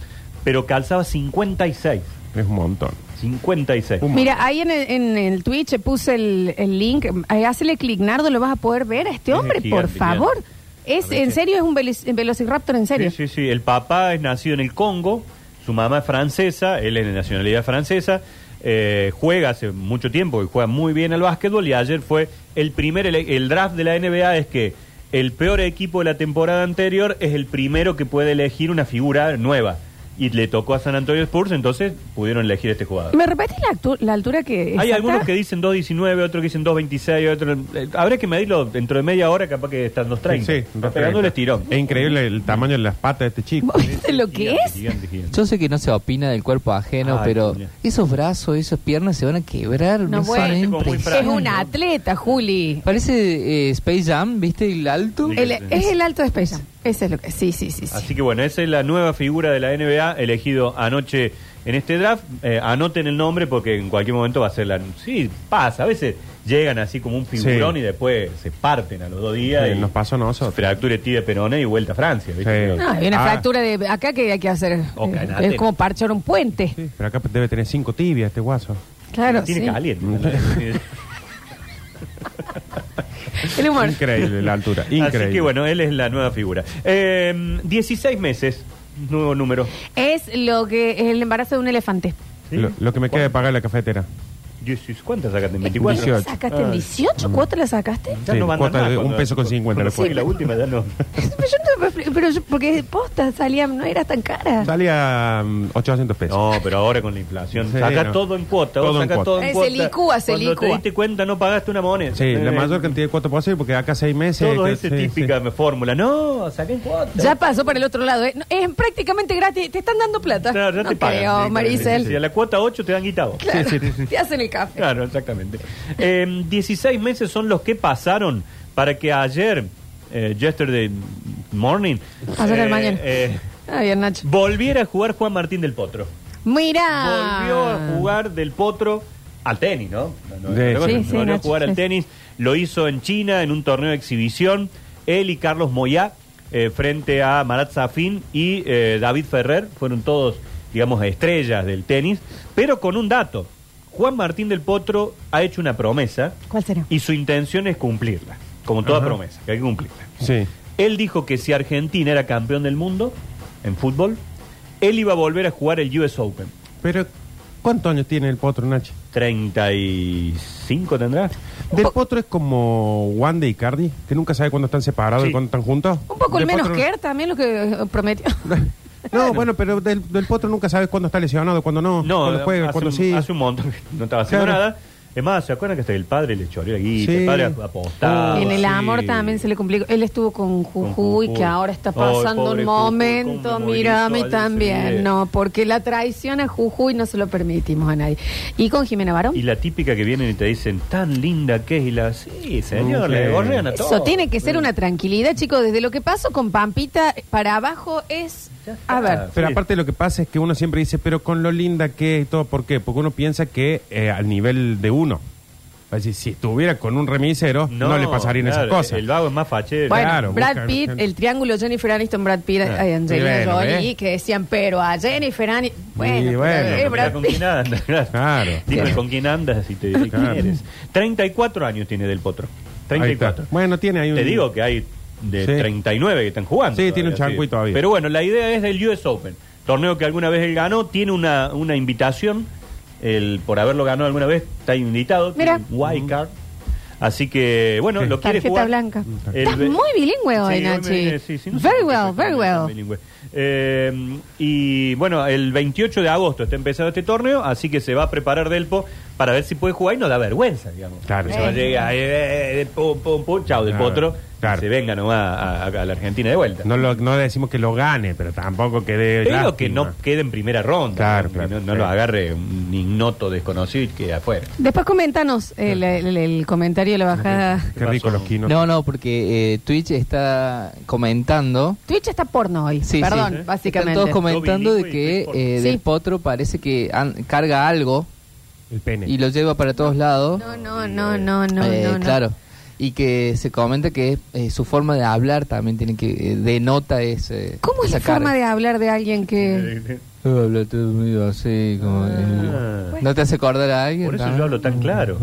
[SPEAKER 3] Pero calzaba 56.
[SPEAKER 2] Es un montón.
[SPEAKER 3] 56.
[SPEAKER 2] Un-
[SPEAKER 1] Mira, ahí en el, en el Twitch puse el, el link. Ahí, Hacele clic, Nardo, lo vas a poder ver a este
[SPEAKER 3] Es
[SPEAKER 1] hombre,
[SPEAKER 3] gigante,
[SPEAKER 1] por favor.
[SPEAKER 3] gigante.
[SPEAKER 1] Es,
[SPEAKER 3] A ver,
[SPEAKER 1] en
[SPEAKER 3] sí.
[SPEAKER 1] serio, es un velo- velociraptor, en serio.
[SPEAKER 3] Sí, sí, sí. El papá es nacido en el Congo, su mamá es francesa, él es de nacionalidad francesa, eh, juega hace mucho tiempo y juega muy bien al básquetbol y ayer fue el primer, ele- el, draft de la NBA es que el peor equipo de la temporada anterior es el primero que puede elegir una figura nueva. Y le tocó a San Antonio Spurs, entonces pudieron elegir este jugador.
[SPEAKER 1] ¿Me repetís la, actu- la altura que.?
[SPEAKER 3] Hay
[SPEAKER 1] exacta?
[SPEAKER 3] algunos que dicen 2.19, otros que dicen 2.26, otros... eh, habrá que medirlo dentro de media hora, capaz que están 2.30.
[SPEAKER 2] Sí,
[SPEAKER 3] Está pegando el estirón.
[SPEAKER 2] Es increíble el tamaño de las patas de este chico.
[SPEAKER 1] ¿Vos viste lo que
[SPEAKER 3] Gigante,
[SPEAKER 1] es?
[SPEAKER 3] gigante, gigante.
[SPEAKER 4] Yo sé que no se opina del cuerpo ajeno,
[SPEAKER 3] Ay,
[SPEAKER 4] pero
[SPEAKER 3] Julia.
[SPEAKER 4] esos brazos, esas piernas se van a quebrar.
[SPEAKER 1] No,
[SPEAKER 4] No,
[SPEAKER 1] bueno,
[SPEAKER 4] saben,
[SPEAKER 1] es
[SPEAKER 3] como muy
[SPEAKER 1] Es
[SPEAKER 4] impresión.
[SPEAKER 3] frágil.
[SPEAKER 1] un atleta, Juli.
[SPEAKER 4] Parece eh, Space Jam, ¿viste? El alto.
[SPEAKER 3] Sí.
[SPEAKER 1] El- es el alto de Space Jam. Ese es lo que. Sí, sí, sí. sí.
[SPEAKER 3] Así que bueno, esa es la nueva figura de la NBA elegido anoche en este draft. Eh, anoten el nombre porque en cualquier momento va a ser la... Sí, pasa. A veces llegan así como un figurón
[SPEAKER 2] Sí.
[SPEAKER 3] y después se parten a los dos días.
[SPEAKER 2] Eh,
[SPEAKER 3] y
[SPEAKER 2] nos pasó a nosotros.
[SPEAKER 3] Fractura tibia peroné y vuelta a Francia. ¿viste?
[SPEAKER 2] Sí.
[SPEAKER 1] No, hay una
[SPEAKER 2] Ah.
[SPEAKER 1] fractura de. Acá que hay que hacer.
[SPEAKER 3] O
[SPEAKER 1] eh,
[SPEAKER 3] canate.
[SPEAKER 1] es como parchar un puente.
[SPEAKER 2] Sí, pero acá debe tener cinco tibias este guaso.
[SPEAKER 1] Ah, Claro.
[SPEAKER 3] Tiene
[SPEAKER 1] sí.
[SPEAKER 3] caliente.
[SPEAKER 1] El humor.
[SPEAKER 2] Increíble la altura. Increíble.
[SPEAKER 3] Así que bueno, él es la nueva figura. Eh, 16 meses, nuevo número.
[SPEAKER 1] Es lo que es el embarazo de un elefante.
[SPEAKER 3] ¿Sí?
[SPEAKER 2] Lo, lo que me queda de pagar la cafetera.
[SPEAKER 3] 16, ¿Cuántas sacaste? ¿En
[SPEAKER 1] ¿Cuánto
[SPEAKER 3] 24?
[SPEAKER 1] la
[SPEAKER 2] 18.
[SPEAKER 1] sacaste? ¿En 18?
[SPEAKER 3] Mm.
[SPEAKER 1] ¿Cuánto la sacaste?
[SPEAKER 3] Ya
[SPEAKER 2] Sí,
[SPEAKER 3] no mandan
[SPEAKER 2] cuota
[SPEAKER 3] más
[SPEAKER 2] de
[SPEAKER 3] cuando-
[SPEAKER 2] un peso con 50 la
[SPEAKER 3] Sí, la
[SPEAKER 2] cuota.
[SPEAKER 3] última ya no.
[SPEAKER 1] Pero yo no me explico, pero yo- porque posta salía, no era tan cara.
[SPEAKER 2] Salía mm, 800 pesos.
[SPEAKER 3] No, pero ahora con la inflación.
[SPEAKER 2] Sí,
[SPEAKER 3] saca
[SPEAKER 2] no.
[SPEAKER 3] todo en cuota.
[SPEAKER 2] Todo
[SPEAKER 3] vos
[SPEAKER 2] en
[SPEAKER 3] sacás
[SPEAKER 2] cuota.
[SPEAKER 3] todo en
[SPEAKER 1] Eh, se
[SPEAKER 3] cuota.
[SPEAKER 1] licúa, se
[SPEAKER 3] Cuando te
[SPEAKER 1] licúa.
[SPEAKER 3] diste cuenta no pagaste una moneda.
[SPEAKER 2] Sí, la
[SPEAKER 3] Eh,
[SPEAKER 2] mayor cantidad de cuota posible porque acá seis meses.
[SPEAKER 3] Todo
[SPEAKER 2] que-
[SPEAKER 3] esa
[SPEAKER 2] sí,
[SPEAKER 3] típica fórmula. No, saca en cuota.
[SPEAKER 1] Ya pasó para el otro lado. ¿eh? No, es prácticamente gratis. Te están dando plata.
[SPEAKER 3] Claro, ya
[SPEAKER 1] no
[SPEAKER 3] te pagan.
[SPEAKER 1] creo,
[SPEAKER 3] Sí,
[SPEAKER 1] Maricel.
[SPEAKER 3] sí, sí, a la cuota 8 te dan guitado.
[SPEAKER 1] Claro,
[SPEAKER 2] Sí, sí, sí.
[SPEAKER 1] Te hacen el café.
[SPEAKER 3] Claro, exactamente. Eh, 16 meses son los que pasaron para que ayer, eh, yesterday morning,
[SPEAKER 1] Ayer al
[SPEAKER 3] eh,
[SPEAKER 1] mañana.
[SPEAKER 3] eh,
[SPEAKER 1] Ah, bien, Nacho.
[SPEAKER 3] volviera a jugar Juan Martín del Potro.
[SPEAKER 1] Mira.
[SPEAKER 3] volvió a jugar del potro al tenis, ¿no? No, no,
[SPEAKER 2] Sí,
[SPEAKER 3] no,
[SPEAKER 1] sí, sí,
[SPEAKER 3] no, volvió a
[SPEAKER 1] Nacho,
[SPEAKER 3] jugar
[SPEAKER 1] sí.
[SPEAKER 3] al tenis, lo hizo en China en un torneo de exhibición, él y Carlos Moyá eh, frente a Marat Safin y eh, David Ferrer, fueron todos, digamos, estrellas del tenis, pero con un dato, Juan Martín del Potro ha hecho una promesa
[SPEAKER 1] ¿Cuál será?
[SPEAKER 3] y su intención es cumplirla, como toda
[SPEAKER 2] Ajá.
[SPEAKER 3] promesa, que hay que cumplirla.
[SPEAKER 2] Sí.
[SPEAKER 3] Él dijo que si Argentina era campeón del mundo en fútbol, él iba a volver a jugar el US Open.
[SPEAKER 2] Pero, ¿cuántos años tiene el potro, Nachi?
[SPEAKER 3] 35 tendrá.
[SPEAKER 2] Del potro es como Wanda y Cardi, que nunca sabe cuándo están separados
[SPEAKER 3] Sí.
[SPEAKER 2] y cuándo están juntos.
[SPEAKER 1] Un poco el
[SPEAKER 2] Del
[SPEAKER 1] menos
[SPEAKER 2] Potro-
[SPEAKER 1] que él también, lo que eh, prometió.
[SPEAKER 2] No, bueno, pero del, del potro nunca sabes cuándo está lesionado, cuándo no,
[SPEAKER 3] No,
[SPEAKER 2] cuándo juega,
[SPEAKER 3] hace,
[SPEAKER 2] cuándo
[SPEAKER 3] un,
[SPEAKER 2] sí.
[SPEAKER 3] hace un montón que no estaba haciendo
[SPEAKER 2] Claro.
[SPEAKER 3] nada. Es más, ¿se acuerdan que hasta el padre le choreó la guita?
[SPEAKER 2] Sí. Oh,
[SPEAKER 3] El padre apostaba.
[SPEAKER 1] en el
[SPEAKER 2] sí.
[SPEAKER 1] amor también se le complicó. Él estuvo con
[SPEAKER 3] Con
[SPEAKER 1] Jujuy,
[SPEAKER 3] Jujuy.
[SPEAKER 1] que ahora está
[SPEAKER 3] Ay, pobre
[SPEAKER 1] pasando un
[SPEAKER 3] Jujuy,
[SPEAKER 1] momento.
[SPEAKER 3] cómo me
[SPEAKER 1] Mírame
[SPEAKER 3] movilizó ayer ese video.
[SPEAKER 1] también. No, porque la traición a Jujuy no se lo permitimos a nadie. ¿Y con Jimena Barón?
[SPEAKER 3] Y la típica que vienen y te dicen, tan linda que es. Y la, sí, señor,
[SPEAKER 2] Sí.
[SPEAKER 3] le gorrean a todos.
[SPEAKER 1] Eso tiene que ser una tranquilidad, chicos. Desde lo que pasó con Pampita para abajo es.
[SPEAKER 3] Ya está.
[SPEAKER 1] A ver.
[SPEAKER 2] Pero
[SPEAKER 3] Sí.
[SPEAKER 2] aparte lo que pasa es que uno siempre dice, pero con lo linda que es y todo, ¿por qué? Porque uno piensa que eh, al nivel de uno. Va a decir, si estuviera con un remisero, no, le pasarían
[SPEAKER 3] claro,
[SPEAKER 2] esas cosas.
[SPEAKER 3] El vago es más fachero.
[SPEAKER 1] Bueno,
[SPEAKER 2] Claro,
[SPEAKER 1] Brad
[SPEAKER 2] buscan
[SPEAKER 1] Pitt,
[SPEAKER 2] gente.
[SPEAKER 1] el triángulo Jennifer Aniston, Brad Pitt,
[SPEAKER 3] Ah,
[SPEAKER 1] eh, Angelina
[SPEAKER 2] y bueno,
[SPEAKER 1] Jolie,
[SPEAKER 2] ¿ves?
[SPEAKER 1] que decían, pero a Jennifer Aniston. Bueno,
[SPEAKER 2] Y
[SPEAKER 1] pero,
[SPEAKER 2] bueno,
[SPEAKER 1] eh,
[SPEAKER 3] Mirá
[SPEAKER 1] Brad
[SPEAKER 3] con
[SPEAKER 1] Pitt.
[SPEAKER 3] quién andas. Claro.
[SPEAKER 2] Claro.
[SPEAKER 3] Dime
[SPEAKER 1] Claro.
[SPEAKER 3] con quién andas y te diré quién
[SPEAKER 2] Claro.
[SPEAKER 3] eres. 34 años tiene Del Potro.
[SPEAKER 2] Ahí está.
[SPEAKER 3] 34.
[SPEAKER 2] Bueno, tiene ahí un...
[SPEAKER 3] Te digo que hay de
[SPEAKER 2] Sí.
[SPEAKER 3] 39 que están jugando.
[SPEAKER 2] Sí, tiene un
[SPEAKER 3] todavía,
[SPEAKER 2] chancuí todavía.
[SPEAKER 3] Pero bueno, la idea es del US Open, torneo que alguna vez él ganó, tiene una, una invitación, el, por haberlo ganado alguna vez, está invitado,
[SPEAKER 1] Mira.
[SPEAKER 3] tiene un wild card. Así que, bueno,
[SPEAKER 2] Sí. Mm,
[SPEAKER 3] lo quiere
[SPEAKER 1] Tarjeta
[SPEAKER 3] jugar.
[SPEAKER 1] blanca.
[SPEAKER 3] El
[SPEAKER 1] Estás
[SPEAKER 3] ve-
[SPEAKER 1] muy bilingüe hoy,
[SPEAKER 3] Sí, hoy me
[SPEAKER 1] Nachi.
[SPEAKER 3] vine- sí, sí, no sé
[SPEAKER 1] very
[SPEAKER 3] por qué
[SPEAKER 1] well,
[SPEAKER 3] soy
[SPEAKER 1] very
[SPEAKER 3] tan
[SPEAKER 1] well.
[SPEAKER 3] bilingüe. Eh, y bueno, el 28 de agosto está empezado este torneo, así que se va a preparar Delpo para ver si puede jugar y no da vergüenza, digamos.
[SPEAKER 2] Claro.
[SPEAKER 3] Que no
[SPEAKER 2] Eh.
[SPEAKER 3] llegue ahí, eh, eh, pum, pum, pum, chau, del
[SPEAKER 2] Claro,
[SPEAKER 3] potro,
[SPEAKER 2] claro.
[SPEAKER 3] y se venga nomás a, a- a la Argentina de vuelta.
[SPEAKER 2] No, lo- no decimos que lo gane, pero tampoco que dé.
[SPEAKER 3] Pero que
[SPEAKER 2] lástima.
[SPEAKER 3] no quede en primera ronda,
[SPEAKER 2] Claro,
[SPEAKER 3] digamos, que
[SPEAKER 2] claro,
[SPEAKER 3] no, no
[SPEAKER 2] sí.
[SPEAKER 3] lo agarre un ignoto desconocido y quede afuera.
[SPEAKER 1] Después coméntanos el,
[SPEAKER 3] Ah.
[SPEAKER 1] el- el comentario de la bajada.
[SPEAKER 2] Qué rico los quinos.
[SPEAKER 4] No, no, porque eh, Twitch está comentando.
[SPEAKER 1] Twitch está porno hoy.
[SPEAKER 4] Sí,
[SPEAKER 1] Perdón,
[SPEAKER 4] sí. Están
[SPEAKER 1] básicamente.
[SPEAKER 4] todos comentando de
[SPEAKER 3] Todo bilingüe y
[SPEAKER 4] que
[SPEAKER 3] Twitch porno.
[SPEAKER 4] eh,
[SPEAKER 1] Sí.
[SPEAKER 4] Del Potro parece que an- carga algo
[SPEAKER 2] El pene.
[SPEAKER 4] y lo lleva para todos lados.
[SPEAKER 1] No, no, no, no, no,
[SPEAKER 4] Eh,
[SPEAKER 1] no, no.
[SPEAKER 4] Claro. Y que se comenta que eh, su forma de hablar también tiene que eh, denota ese.
[SPEAKER 1] ¿Cómo es la forma de hablar de alguien que...
[SPEAKER 4] Habla todo medio así, como.
[SPEAKER 3] Ah.
[SPEAKER 4] ¿No te hace acordar a alguien?
[SPEAKER 3] Por eso
[SPEAKER 4] no?
[SPEAKER 3] yo hablo tan claro.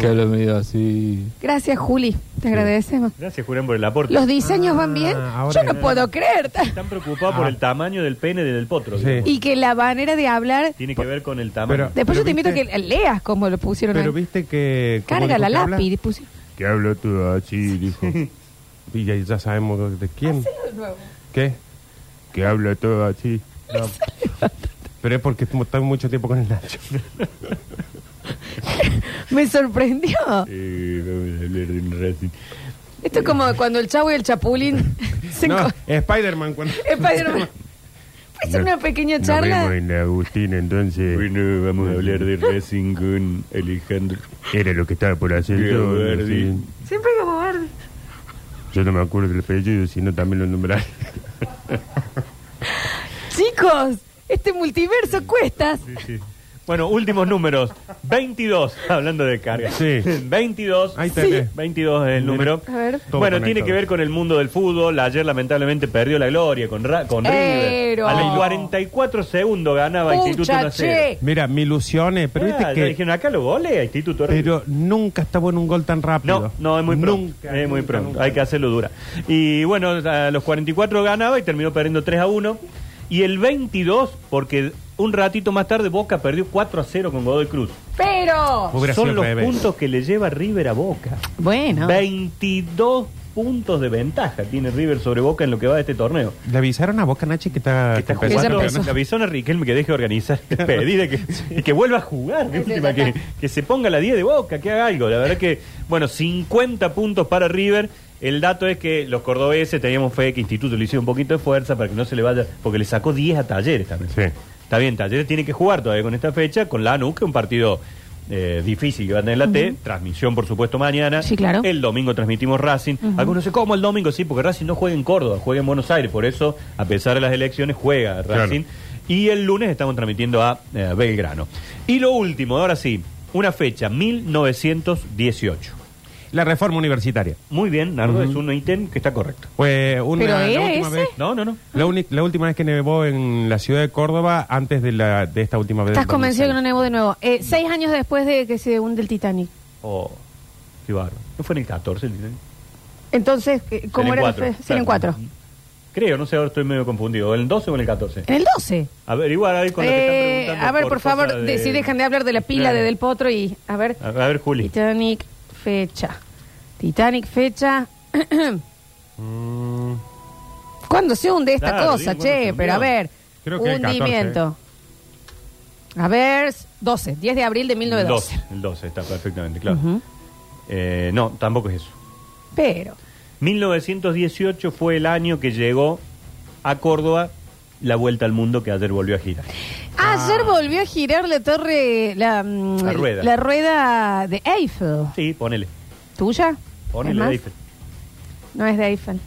[SPEAKER 4] Que habla medio así.
[SPEAKER 1] Gracias, Juli. Te agradecemos.
[SPEAKER 3] Gracias, Julián, por el aporte.
[SPEAKER 1] ¿Los diseños van bien?
[SPEAKER 2] Ah, ahora
[SPEAKER 1] Yo no
[SPEAKER 2] ya.
[SPEAKER 1] puedo creer.
[SPEAKER 3] Están preocupados por el tamaño del pene del potro.
[SPEAKER 2] Ah. Sí.
[SPEAKER 3] digamos.
[SPEAKER 1] Y que la manera de hablar...
[SPEAKER 3] Tiene que ver con el tamaño.
[SPEAKER 1] Después
[SPEAKER 2] Pero
[SPEAKER 1] yo te invito a
[SPEAKER 2] viste-
[SPEAKER 1] que leas cómo lo pusieron.
[SPEAKER 2] Pero
[SPEAKER 1] ahí.
[SPEAKER 2] viste que. ¿cómo
[SPEAKER 1] Carga
[SPEAKER 2] dijo
[SPEAKER 1] la
[SPEAKER 2] que habla?
[SPEAKER 1] lápiz. pusieron.
[SPEAKER 2] Que habla todo así, dijo. Y ya, ya sabemos de quién.
[SPEAKER 1] Ah,
[SPEAKER 2] ¿Qué? Que habla todo así. No. Pero es porque estamos mucho tiempo con el Nacho.
[SPEAKER 1] Me sorprendió.
[SPEAKER 3] Eh, vamos a hablar de un Racing.
[SPEAKER 1] Esto es como cuando el chavo y el chapulín se
[SPEAKER 2] No,
[SPEAKER 1] enco-
[SPEAKER 2] Spider-Man cuando.
[SPEAKER 1] Spider-Man. Puede ser una pequeña charla.
[SPEAKER 2] en la Agustín, entonces.
[SPEAKER 3] Bueno, vamos a hablar de Racing con Alejandro.
[SPEAKER 2] Era lo que estaba por hacer
[SPEAKER 3] yo, sí.
[SPEAKER 1] Siempre como verde.
[SPEAKER 2] Yo no me acuerdo del apellido, sino también lo nombraré.
[SPEAKER 1] Chicos, este multiverso cuestas.
[SPEAKER 3] Sí. Bueno, últimos números. 22, hablando de carga.
[SPEAKER 2] Sí.
[SPEAKER 3] 22.
[SPEAKER 2] Ahí tenés. Sí.
[SPEAKER 3] 22 es el número.
[SPEAKER 1] A ver.
[SPEAKER 2] Todo
[SPEAKER 3] bueno,
[SPEAKER 2] conectado.
[SPEAKER 3] tiene que ver con el mundo del fútbol. Ayer lamentablemente perdió la gloria con, Ra- con River.
[SPEAKER 1] Pero-
[SPEAKER 3] A los 44 segundos ganaba Instituto 1 a
[SPEAKER 1] Pucha,
[SPEAKER 3] 0.
[SPEAKER 1] che.
[SPEAKER 2] Mira, me ilusioné, pero
[SPEAKER 3] Ah,
[SPEAKER 2] viste
[SPEAKER 3] ya
[SPEAKER 2] que.
[SPEAKER 3] dijeron, acá lo golea Instituto ahora.
[SPEAKER 2] Pero nunca está bueno un gol tan rápido.
[SPEAKER 3] No, no, es muy pronto.
[SPEAKER 2] Nunca,
[SPEAKER 3] es muy
[SPEAKER 2] nunca,
[SPEAKER 3] pronto.
[SPEAKER 2] nunca.
[SPEAKER 3] Hay que hacerlo dura. Y bueno, a los 44 ganaba y terminó perdiendo 3 a 1. Y el 22, porque un ratito más tarde Boca perdió 4 a 0 con Godoy Cruz.
[SPEAKER 1] Pero.
[SPEAKER 2] Hubiera sido
[SPEAKER 3] Son
[SPEAKER 2] al
[SPEAKER 3] los
[SPEAKER 2] revés.
[SPEAKER 3] puntos que le lleva River a Boca.
[SPEAKER 1] Bueno.
[SPEAKER 3] 22 puntos de ventaja tiene River sobre Boca en lo que va de este torneo.
[SPEAKER 2] Le avisaron a Boca Nachi que Ah, está,
[SPEAKER 3] Que
[SPEAKER 2] que
[SPEAKER 3] está
[SPEAKER 2] empezó el
[SPEAKER 3] jugando,
[SPEAKER 2] campeonato.
[SPEAKER 3] le avisó a Riquelme que deje de organizar pedida que, y que vuelva a jugar, de
[SPEAKER 1] Sí, sí,
[SPEAKER 3] última,
[SPEAKER 1] ya
[SPEAKER 3] que,
[SPEAKER 1] está.
[SPEAKER 3] que se ponga la 10 de boca, que haga algo. La verdad que, bueno, 50 puntos para River. El dato es que los cordobeses teníamos fe que Instituto le hizo un poquito de fuerza para que no se le vaya, porque le sacó 10 a Talleres también.
[SPEAKER 2] Sí.
[SPEAKER 3] Está bien, Talleres tiene que jugar todavía con esta fecha, con Lanús, que es un partido eh, difícil que va a tener la T. Transmisión, por supuesto, mañana.
[SPEAKER 1] Sí, claro.
[SPEAKER 3] El domingo transmitimos Racing. Algunos dicen, ¿cómo el domingo? Sí, porque Racing no juega en Córdoba, juega en Buenos Aires. Por eso, a pesar de las elecciones, juega Racing. Y el lunes estamos transmitiendo a eh, Belgrano. Y lo último, ahora sí, una fecha, 1918.
[SPEAKER 2] La reforma universitaria.
[SPEAKER 3] Muy bien, Nardo, es un ítem que está correcto.
[SPEAKER 2] Fue una,
[SPEAKER 1] ¿Pero
[SPEAKER 2] la
[SPEAKER 1] era
[SPEAKER 2] última
[SPEAKER 1] ese?
[SPEAKER 2] vez.
[SPEAKER 3] No, no, no.
[SPEAKER 2] La, uni- la última vez que nevó en la ciudad de Córdoba, antes de, la, de esta última vez.
[SPEAKER 1] Estás
[SPEAKER 2] del
[SPEAKER 1] convencido que no
[SPEAKER 2] 2006.
[SPEAKER 1] nevó de nuevo. Eh, seis años después de que se hunde el Titanic.
[SPEAKER 3] Oh, qué bárbaro. ¿No fue en el 14 el ítem?
[SPEAKER 1] Entonces, eh, ¿cómo
[SPEAKER 3] Salen
[SPEAKER 1] era?
[SPEAKER 3] cuatro,
[SPEAKER 1] el fe- Salen
[SPEAKER 3] claro.
[SPEAKER 1] cuatro.
[SPEAKER 3] Creo, no sé, ahora estoy medio confundido. ¿El 12 o en el 14?
[SPEAKER 1] En el 12.
[SPEAKER 3] Averiguar ahí con lo que están
[SPEAKER 1] Eh,
[SPEAKER 3] preguntando
[SPEAKER 1] a ver, por,
[SPEAKER 3] cosa
[SPEAKER 1] favor, de- si dejan de hablar de la pila
[SPEAKER 3] Claro.
[SPEAKER 1] de Del Este, Potro y. A ver.
[SPEAKER 3] A a ver, Juli.
[SPEAKER 1] Titanic, fecha. Titanic, fecha. ¿Cuándo se hunde esta
[SPEAKER 3] Claro,
[SPEAKER 1] cosa,
[SPEAKER 3] digo, ¿cuándo se
[SPEAKER 1] che?
[SPEAKER 3] hundió?
[SPEAKER 1] Pero a ver,
[SPEAKER 2] Creo que el 14,
[SPEAKER 1] hundimiento. A ver, s- 12, 10 de abril de
[SPEAKER 3] El
[SPEAKER 1] 1912.
[SPEAKER 3] 12, el 12 está perfectamente, claro.
[SPEAKER 1] Ujú.
[SPEAKER 3] Eh, no, tampoco es eso.
[SPEAKER 1] Pero,
[SPEAKER 3] 1918 fue el año que llegó a Córdoba la vuelta al mundo que ayer volvió a girar.
[SPEAKER 1] ayer volvió a girar la torre, la, mm,
[SPEAKER 3] Ah. La rueda.
[SPEAKER 1] la rueda de Eiffel.
[SPEAKER 3] Sí, ponele.
[SPEAKER 1] ¿Tuya? ¿Es
[SPEAKER 3] Ponele
[SPEAKER 1] más?
[SPEAKER 3] Eiffel.
[SPEAKER 1] No es de Eiffel.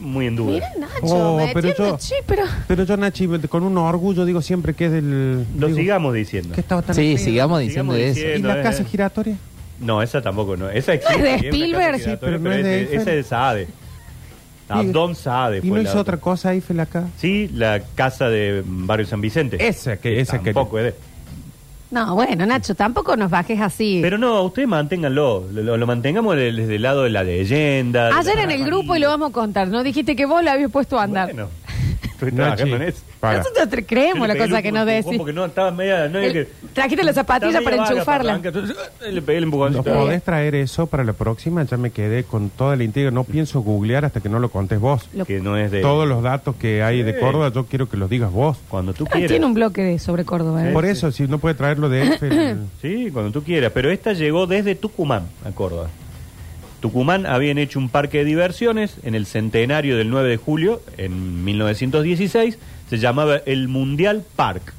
[SPEAKER 3] Muy en duda.
[SPEAKER 1] Mira, Nacho,
[SPEAKER 2] Oh,
[SPEAKER 1] me
[SPEAKER 2] pero
[SPEAKER 1] entiendo,
[SPEAKER 2] yo-
[SPEAKER 1] che, pero...
[SPEAKER 2] Pero yo, Nachi, con un orgullo digo siempre que es del.
[SPEAKER 3] Lo
[SPEAKER 2] digo,
[SPEAKER 3] sigamos diciendo.
[SPEAKER 2] que estaba tan
[SPEAKER 4] Sí,
[SPEAKER 2] feo.
[SPEAKER 4] sigamos diciendo
[SPEAKER 3] Sigamos
[SPEAKER 4] eso.
[SPEAKER 2] ¿Y
[SPEAKER 3] diciendo,
[SPEAKER 2] la
[SPEAKER 3] eh.
[SPEAKER 2] casa giratoria?
[SPEAKER 3] No, esa tampoco no. Esa
[SPEAKER 1] es de
[SPEAKER 3] existe, una
[SPEAKER 1] Spielberg.
[SPEAKER 3] casa
[SPEAKER 1] Sí,
[SPEAKER 2] pero
[SPEAKER 3] giratoria,
[SPEAKER 2] no es de
[SPEAKER 3] es de-
[SPEAKER 2] Eiffel.
[SPEAKER 3] Esa es de Saade. Abdón Saade.
[SPEAKER 2] ¿Y
[SPEAKER 3] ah, fue
[SPEAKER 2] no
[SPEAKER 3] la
[SPEAKER 2] hizo otra cosa Eiffel acá?
[SPEAKER 3] Sí, la casa de Barrio San Vicente.
[SPEAKER 2] Esa que- esa que-
[SPEAKER 3] Tampoco es de-
[SPEAKER 1] No, bueno, Nacho, tampoco nos bajes así.
[SPEAKER 3] Pero no, ustedes manténganlo. Lo, lo mantengamos de- desde el lado de la leyenda. de
[SPEAKER 1] Ayer
[SPEAKER 3] la-
[SPEAKER 1] en el grupo, y lo vamos a contar, ¿no? Dijiste que vos la habías puesto a andar.
[SPEAKER 3] Bueno, estoy
[SPEAKER 2] Nachi,
[SPEAKER 3] trabajando en eso.
[SPEAKER 2] para.
[SPEAKER 1] Nosotros te creemos la
[SPEAKER 3] Yo le
[SPEAKER 1] cosa
[SPEAKER 3] pegué
[SPEAKER 1] que
[SPEAKER 3] el
[SPEAKER 1] nos
[SPEAKER 3] empujón
[SPEAKER 1] decís.
[SPEAKER 3] Porque no estaba media. No había que,
[SPEAKER 1] El- Trajiste la zapatilla
[SPEAKER 3] estaba
[SPEAKER 1] para
[SPEAKER 3] media vaga,
[SPEAKER 1] enchufarla.
[SPEAKER 3] arrancar, entonces, ¡ah! le pegué el empujoncito.
[SPEAKER 2] ¿No podés traer eso para la próxima? Ya me quedé con toda la intriga. No pienso googlear hasta que no lo contes vos.
[SPEAKER 1] Lo-
[SPEAKER 3] Que no es de.
[SPEAKER 2] Todos los datos que hay de
[SPEAKER 3] Sí.
[SPEAKER 2] Córdoba, yo quiero que los digas vos.
[SPEAKER 3] Cuando tú
[SPEAKER 1] Ah,
[SPEAKER 3] quieras.
[SPEAKER 1] Tiene un bloque de sobre Córdoba. ¿eh?
[SPEAKER 2] Por eso, si no puede traerlo de Eiffel.
[SPEAKER 3] Sí, cuando tú quieras. Pero esta llegó desde Tucumán a Córdoba. Tucumán habían hecho un parque de diversiones en el centenario del 9 de julio, en 1916. Se llamaba el Mundial Park.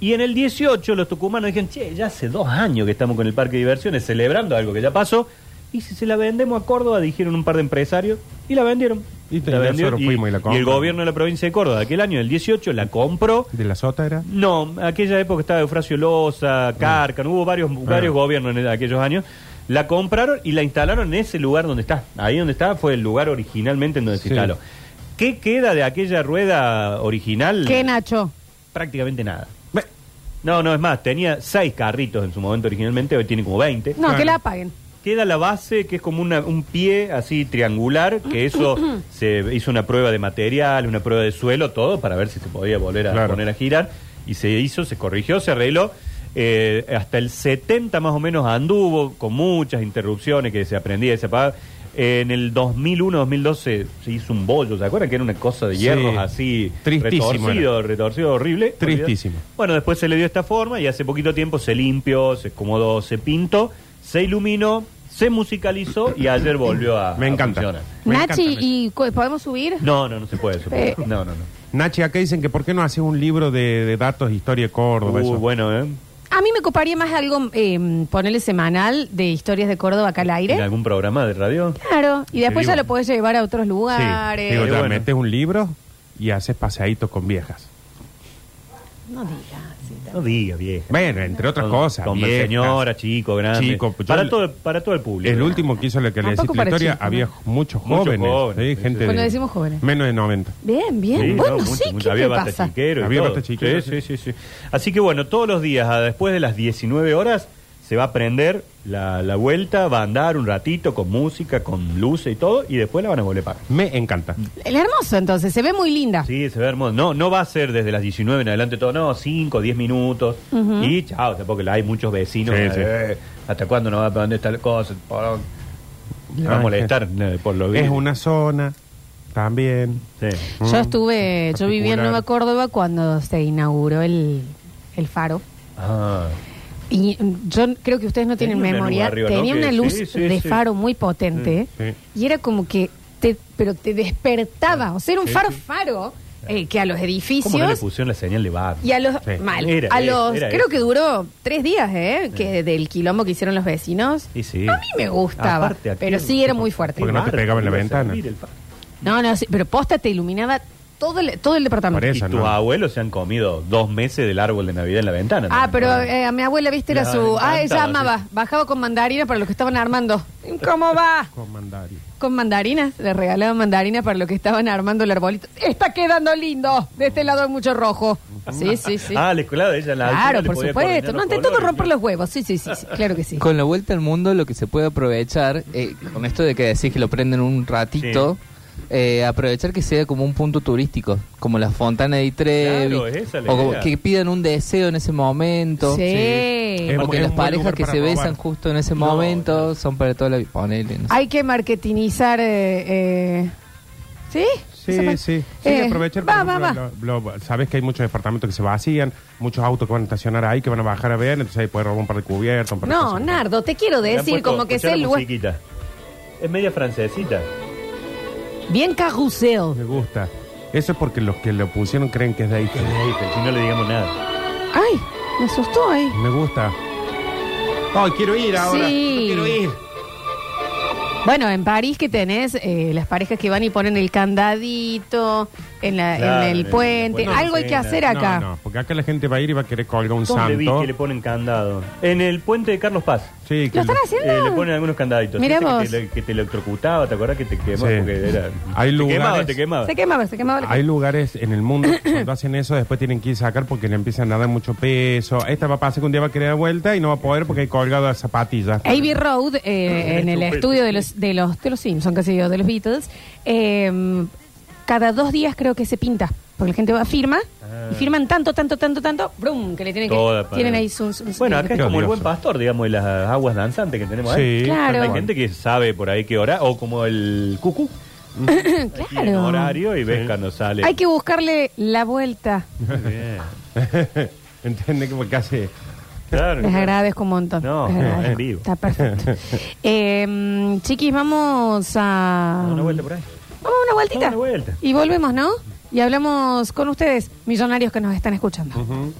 [SPEAKER 3] Y en el 18 los tucumanos dijeron, che, ya hace dos años que estamos con el parque de diversiones celebrando algo que ya pasó. Y si se la vendemos a Córdoba, dijeron un par de empresarios, y la vendieron.
[SPEAKER 2] Y te-
[SPEAKER 3] la
[SPEAKER 2] nosotros fuimos y la
[SPEAKER 3] el
[SPEAKER 2] compramos.
[SPEAKER 3] gobierno de la provincia de Córdoba, aquel año, el 18, la compró.
[SPEAKER 2] ¿De la sota era?
[SPEAKER 3] No, aquella época estaba Eufrasio Loza, Carcan, hubo varios, varios gobiernos en aquellos años. La compraron y la instalaron en ese lugar donde está. Ahí donde está fue el lugar originalmente en donde se
[SPEAKER 2] Sí.
[SPEAKER 3] instaló. ¿Qué queda de aquella rueda original?
[SPEAKER 1] ¿Qué, Nacho?
[SPEAKER 3] Prácticamente nada. No, no, es más, tenía seis carritos en su momento originalmente, hoy tiene como 20.
[SPEAKER 1] No,
[SPEAKER 2] Claro.
[SPEAKER 1] que la apaguen.
[SPEAKER 3] Queda la base, que es como una- un pie así triangular, que eso se hizo una prueba de material, una prueba de suelo, todo, para ver si se podía volver a
[SPEAKER 2] Claro.
[SPEAKER 3] poner a girar. Y se hizo, se corrigió, se arregló. Eh, hasta el 70 más o menos anduvo, con muchas interrupciones que se aprendía y se apagaba. en el 2001-2012 se, se hizo un bollo, ¿se acuerdan? Que era una cosa de
[SPEAKER 2] Sí.
[SPEAKER 3] hierros así,
[SPEAKER 2] Tristísimo
[SPEAKER 3] retorcido, retorcido, horrible.
[SPEAKER 2] Tristísimo.
[SPEAKER 3] Bueno, después se le dio esta forma y hace poquito tiempo se limpió, se acomodó, se pintó, se iluminó, se musicalizó y ayer volvió a,
[SPEAKER 2] Me
[SPEAKER 3] a
[SPEAKER 2] encanta.
[SPEAKER 3] funcionar.
[SPEAKER 2] Me encanta,
[SPEAKER 1] Nachi,
[SPEAKER 2] me-
[SPEAKER 1] ¿y cu- podemos subir?
[SPEAKER 3] No, no, no se puede. eso.
[SPEAKER 1] Eh.
[SPEAKER 3] No, no, no.
[SPEAKER 2] Nachi, acá dicen que ¿por qué no haces un libro de, de datos de historia de Córdoba?
[SPEAKER 3] Uh,
[SPEAKER 2] eso?
[SPEAKER 3] bueno, ¿eh?
[SPEAKER 1] A mí me ocuparía más algo, eh, ponerle semanal de historias de Córdoba acá al
[SPEAKER 3] ¿En
[SPEAKER 1] aire.
[SPEAKER 3] algún programa de radio?
[SPEAKER 1] Claro, y después ya
[SPEAKER 2] digo-
[SPEAKER 1] lo podés llevar a otros
[SPEAKER 2] Sí,
[SPEAKER 1] lugares.
[SPEAKER 2] digo, ya
[SPEAKER 3] Bueno.
[SPEAKER 2] metes un libro y haces paseaditos con viejas.
[SPEAKER 1] No digas. sí,
[SPEAKER 3] No diga, vieja.
[SPEAKER 2] Bueno, entre otras
[SPEAKER 3] Con-
[SPEAKER 2] cosas.
[SPEAKER 3] Con
[SPEAKER 2] viejas.
[SPEAKER 3] señora, chico, grande.
[SPEAKER 2] Chico, pues yo
[SPEAKER 3] para,
[SPEAKER 2] el-
[SPEAKER 3] todo, para todo el público.
[SPEAKER 2] El último que hizo la que le
[SPEAKER 1] Tampoco
[SPEAKER 2] decís la
[SPEAKER 1] para
[SPEAKER 2] historia,
[SPEAKER 1] chicos,
[SPEAKER 2] había
[SPEAKER 1] ¿no?
[SPEAKER 2] muchos
[SPEAKER 3] Muchos
[SPEAKER 2] jóvenes.
[SPEAKER 3] jóvenes,
[SPEAKER 2] ¿sí?
[SPEAKER 3] sí,
[SPEAKER 2] Gente
[SPEAKER 3] sí.
[SPEAKER 1] Cuando
[SPEAKER 2] de-
[SPEAKER 1] decimos jóvenes.
[SPEAKER 2] Menos de 90.
[SPEAKER 1] Bien, bien.
[SPEAKER 3] Sí,
[SPEAKER 1] bueno,
[SPEAKER 3] no,
[SPEAKER 1] sí,
[SPEAKER 3] mucho,
[SPEAKER 1] ¿qué
[SPEAKER 3] mucho.
[SPEAKER 1] te
[SPEAKER 3] Había basta
[SPEAKER 1] pasa?
[SPEAKER 3] chiquero y
[SPEAKER 2] Había
[SPEAKER 3] todo.
[SPEAKER 2] basta chiquero,
[SPEAKER 3] Sí, sí, sí, sí. Así que bueno, todos los días, a- después de las 19 horas, se va a prender la, la vuelta, va a andar un ratito con música, con luces y todo, y después la van a volver a pagar.
[SPEAKER 2] Me encanta.
[SPEAKER 1] El hermoso, entonces, se ve muy linda.
[SPEAKER 3] Sí, se ve hermoso. No, no va a ser desde las 19 en adelante todo, no, 5, 10 minutos. Y chao, porque hay muchos vecinos.
[SPEAKER 2] Sí,
[SPEAKER 3] eh,
[SPEAKER 2] sí.
[SPEAKER 3] eh, ¿Hasta cuándo nos va a dónde está el cosa? Por- Le va a
[SPEAKER 2] Ah,
[SPEAKER 3] molestar eh, por lo
[SPEAKER 2] Es
[SPEAKER 3] visto.
[SPEAKER 2] una zona también.
[SPEAKER 3] Sí.
[SPEAKER 1] Yo estuve,
[SPEAKER 3] Mm,
[SPEAKER 1] yo viví en
[SPEAKER 2] particular.
[SPEAKER 1] Nueva Córdoba cuando se inauguró el, el faro.
[SPEAKER 3] Ah,
[SPEAKER 1] Y mm, yo n- creo que ustedes no tienen
[SPEAKER 3] Tenía una
[SPEAKER 1] memoria.
[SPEAKER 3] luz arriba, ¿no?
[SPEAKER 1] Tenía
[SPEAKER 3] Que-
[SPEAKER 1] una luz
[SPEAKER 3] sí, sí,
[SPEAKER 1] de
[SPEAKER 3] sí.
[SPEAKER 1] faro muy potente.
[SPEAKER 2] Mm, sí.
[SPEAKER 1] Y era como que, te, pero te despertaba. O sea, era un
[SPEAKER 3] Ah, Sí,
[SPEAKER 1] faro
[SPEAKER 3] sí.
[SPEAKER 1] faro eh, que a los
[SPEAKER 3] ¿Cómo no le
[SPEAKER 1] edificios
[SPEAKER 3] pusieron la señal de bar?
[SPEAKER 1] y a los...
[SPEAKER 2] Sí.
[SPEAKER 1] Mal.
[SPEAKER 3] Era
[SPEAKER 1] a
[SPEAKER 3] eso,
[SPEAKER 1] los
[SPEAKER 3] era
[SPEAKER 1] creo
[SPEAKER 3] eso.
[SPEAKER 1] que duró tres días, ¿eh? Que del quilombo que hicieron los vecinos.
[SPEAKER 3] Y sí.
[SPEAKER 1] A mí me gustaba.
[SPEAKER 3] Aparte, aquí-
[SPEAKER 1] pero sí era muy fuerte.
[SPEAKER 2] Porque no te
[SPEAKER 3] Marco,
[SPEAKER 2] pegaba en la
[SPEAKER 3] iba a
[SPEAKER 2] ventana.
[SPEAKER 3] servir el pan.
[SPEAKER 1] No, no, sí, pero posta te iluminaba todo el, todo el departamento.
[SPEAKER 2] Por eso,
[SPEAKER 3] y tus
[SPEAKER 2] ¿no?
[SPEAKER 3] abuelos se han comido dos meses del árbol de Navidad en la ventana.
[SPEAKER 1] Ah,
[SPEAKER 3] ¿no?
[SPEAKER 1] pero eh, a mi abuela, viste, era
[SPEAKER 3] La
[SPEAKER 1] su... Ah, ella
[SPEAKER 3] encantaba,
[SPEAKER 1] amaba.
[SPEAKER 3] sí.
[SPEAKER 1] Bajaba con mandarina para los que estaban armando. ¿Cómo va?
[SPEAKER 2] Comandario.
[SPEAKER 1] Con mandarinas, le regalaba mandarinas para lo que estaban armando el arbolito. Está quedando lindo. De este lado hay mucho rojo. Sí, sí, sí.
[SPEAKER 3] Ah, la escuela de ella. La altura
[SPEAKER 1] claro,
[SPEAKER 3] le
[SPEAKER 1] por
[SPEAKER 3] podía
[SPEAKER 1] supuesto. No,
[SPEAKER 3] coordinar los
[SPEAKER 1] ante todo
[SPEAKER 3] colores,
[SPEAKER 1] romper
[SPEAKER 3] ¿no?
[SPEAKER 1] los huevos. Sí, sí, sí, sí, Claro que sí.
[SPEAKER 4] Con la vuelta al mundo, lo que se puede aprovechar, eh, con esto de que decís que lo prenden un ratito, eh, aprovechar que sea como un punto turístico, como la Fontana de Trevi,
[SPEAKER 3] Claro, esa es la
[SPEAKER 4] o como
[SPEAKER 3] idea.
[SPEAKER 4] que pidan un deseo en ese momento.
[SPEAKER 1] Sí.
[SPEAKER 2] Es
[SPEAKER 4] Porque
[SPEAKER 2] un
[SPEAKER 4] las
[SPEAKER 2] buen
[SPEAKER 4] parejas
[SPEAKER 2] lugar
[SPEAKER 4] que
[SPEAKER 2] para
[SPEAKER 4] se
[SPEAKER 2] robar.
[SPEAKER 4] besan justo en ese
[SPEAKER 3] No,
[SPEAKER 4] momento
[SPEAKER 3] no.
[SPEAKER 4] son para toda la vida. Ponele, no sé.
[SPEAKER 1] Hay que marketinizar... eh, eh, ¿Sí?
[SPEAKER 2] Sí,
[SPEAKER 1] Esa parte.
[SPEAKER 2] sí. Sí,
[SPEAKER 1] Eh,
[SPEAKER 2] aprovechar.
[SPEAKER 1] Va,
[SPEAKER 2] por
[SPEAKER 1] va, va.
[SPEAKER 2] ejemplo, lo- lo- sabes que hay muchos departamentos que se vacían, muchos autos que van a estacionar ahí, que van a bajar a ver, entonces ahí puedes robar un par de cubiertos. un par de
[SPEAKER 1] No,
[SPEAKER 2] cosas.
[SPEAKER 1] Nardo, te quiero
[SPEAKER 3] Le han
[SPEAKER 1] decir
[SPEAKER 3] puesto-
[SPEAKER 1] como que es
[SPEAKER 3] escuchá la
[SPEAKER 1] el lugar...
[SPEAKER 3] musiquita. Es media francesita.
[SPEAKER 1] Bien carrusel.
[SPEAKER 2] Me gusta. Eso es porque los que lo pusieron creen que es de ahí.
[SPEAKER 3] Si no le digamos nada.
[SPEAKER 1] Ay, me asustó ahí.
[SPEAKER 2] Me gusta. Ay, quiero ir ahora.
[SPEAKER 1] Sí.
[SPEAKER 2] Yo quiero ir.
[SPEAKER 1] Bueno, en París que tenés eh, las parejas que van y ponen el candadito, en, la-
[SPEAKER 3] Claro,
[SPEAKER 1] en
[SPEAKER 3] en
[SPEAKER 1] el
[SPEAKER 3] el
[SPEAKER 1] puente.
[SPEAKER 3] puente.
[SPEAKER 1] Algo hay que
[SPEAKER 3] No,
[SPEAKER 1] hacer
[SPEAKER 3] no,
[SPEAKER 1] acá.
[SPEAKER 2] No, no, porque acá la gente va a ir y va a querer colgar un
[SPEAKER 3] ¿Dónde vi
[SPEAKER 2] santo.
[SPEAKER 3] que le ponen candado? En el puente de Carlos Paz.
[SPEAKER 2] Sí,
[SPEAKER 1] ¿Lo
[SPEAKER 2] que
[SPEAKER 1] están
[SPEAKER 2] lo-
[SPEAKER 1] haciendo?
[SPEAKER 3] Eh, le ponen algunos candaditos.
[SPEAKER 1] Ah, Mirá
[SPEAKER 3] ¿Viste
[SPEAKER 1] vos.
[SPEAKER 3] Que, te, que te electrocutaba, ¿te acordás que te quemaba?
[SPEAKER 2] Sí.
[SPEAKER 3] Porque era,
[SPEAKER 2] Hay
[SPEAKER 3] te
[SPEAKER 2] lugares-
[SPEAKER 3] quemaba, te quemaba.
[SPEAKER 1] se quemaba, se quemaba. la-
[SPEAKER 2] Hay lugares en el mundo que cuando hacen eso después tienen que ir a sacar porque le empiezan a dar mucho peso. Esta va a pasar que un día va a querer dar vuelta y no va a poder porque hay colgado las zapatillas.
[SPEAKER 1] AB Road, eh, en el
[SPEAKER 3] Estupendo.
[SPEAKER 1] estudio de los, de los, de los Simpsons, casi digo, de los Beatles, eh, cada dos días creo que se pinta. Porque la gente va, firma,
[SPEAKER 3] Ah.
[SPEAKER 1] y firman tanto, tanto, tanto, tanto, brum, que le tienen
[SPEAKER 3] Toda
[SPEAKER 1] que...
[SPEAKER 3] para-
[SPEAKER 1] Tienen ahí sus... sus-
[SPEAKER 3] Bueno, acá es
[SPEAKER 2] Qué
[SPEAKER 3] como el
[SPEAKER 2] odioso.
[SPEAKER 3] buen pastor, digamos, de las aguas danzantes que tenemos ahí.
[SPEAKER 2] Sí,
[SPEAKER 1] Claro.
[SPEAKER 2] tal
[SPEAKER 3] Hay
[SPEAKER 2] cual.
[SPEAKER 3] gente que sabe por ahí qué hora, o como el cucú. Tiene
[SPEAKER 1] Claro.
[SPEAKER 3] horario y ves
[SPEAKER 2] Sí.
[SPEAKER 3] cuando sale.
[SPEAKER 1] Hay que buscarle la vuelta.
[SPEAKER 3] Bien.
[SPEAKER 2] ¿Entiendes? Como que hace...
[SPEAKER 3] Claro.
[SPEAKER 1] Les agradezco un montón.
[SPEAKER 3] No,
[SPEAKER 1] Les
[SPEAKER 3] no,
[SPEAKER 1] agradezco.
[SPEAKER 3] en vivo.
[SPEAKER 1] Está perfecto. Eh, chiquis, vamos a...
[SPEAKER 3] Una vuelta por ahí.
[SPEAKER 1] Vamos a una vueltita.
[SPEAKER 3] Una vuelta.
[SPEAKER 1] Y volvemos, ¿no? Y hablamos con ustedes, millonarios que nos están escuchando.
[SPEAKER 2] Ujú.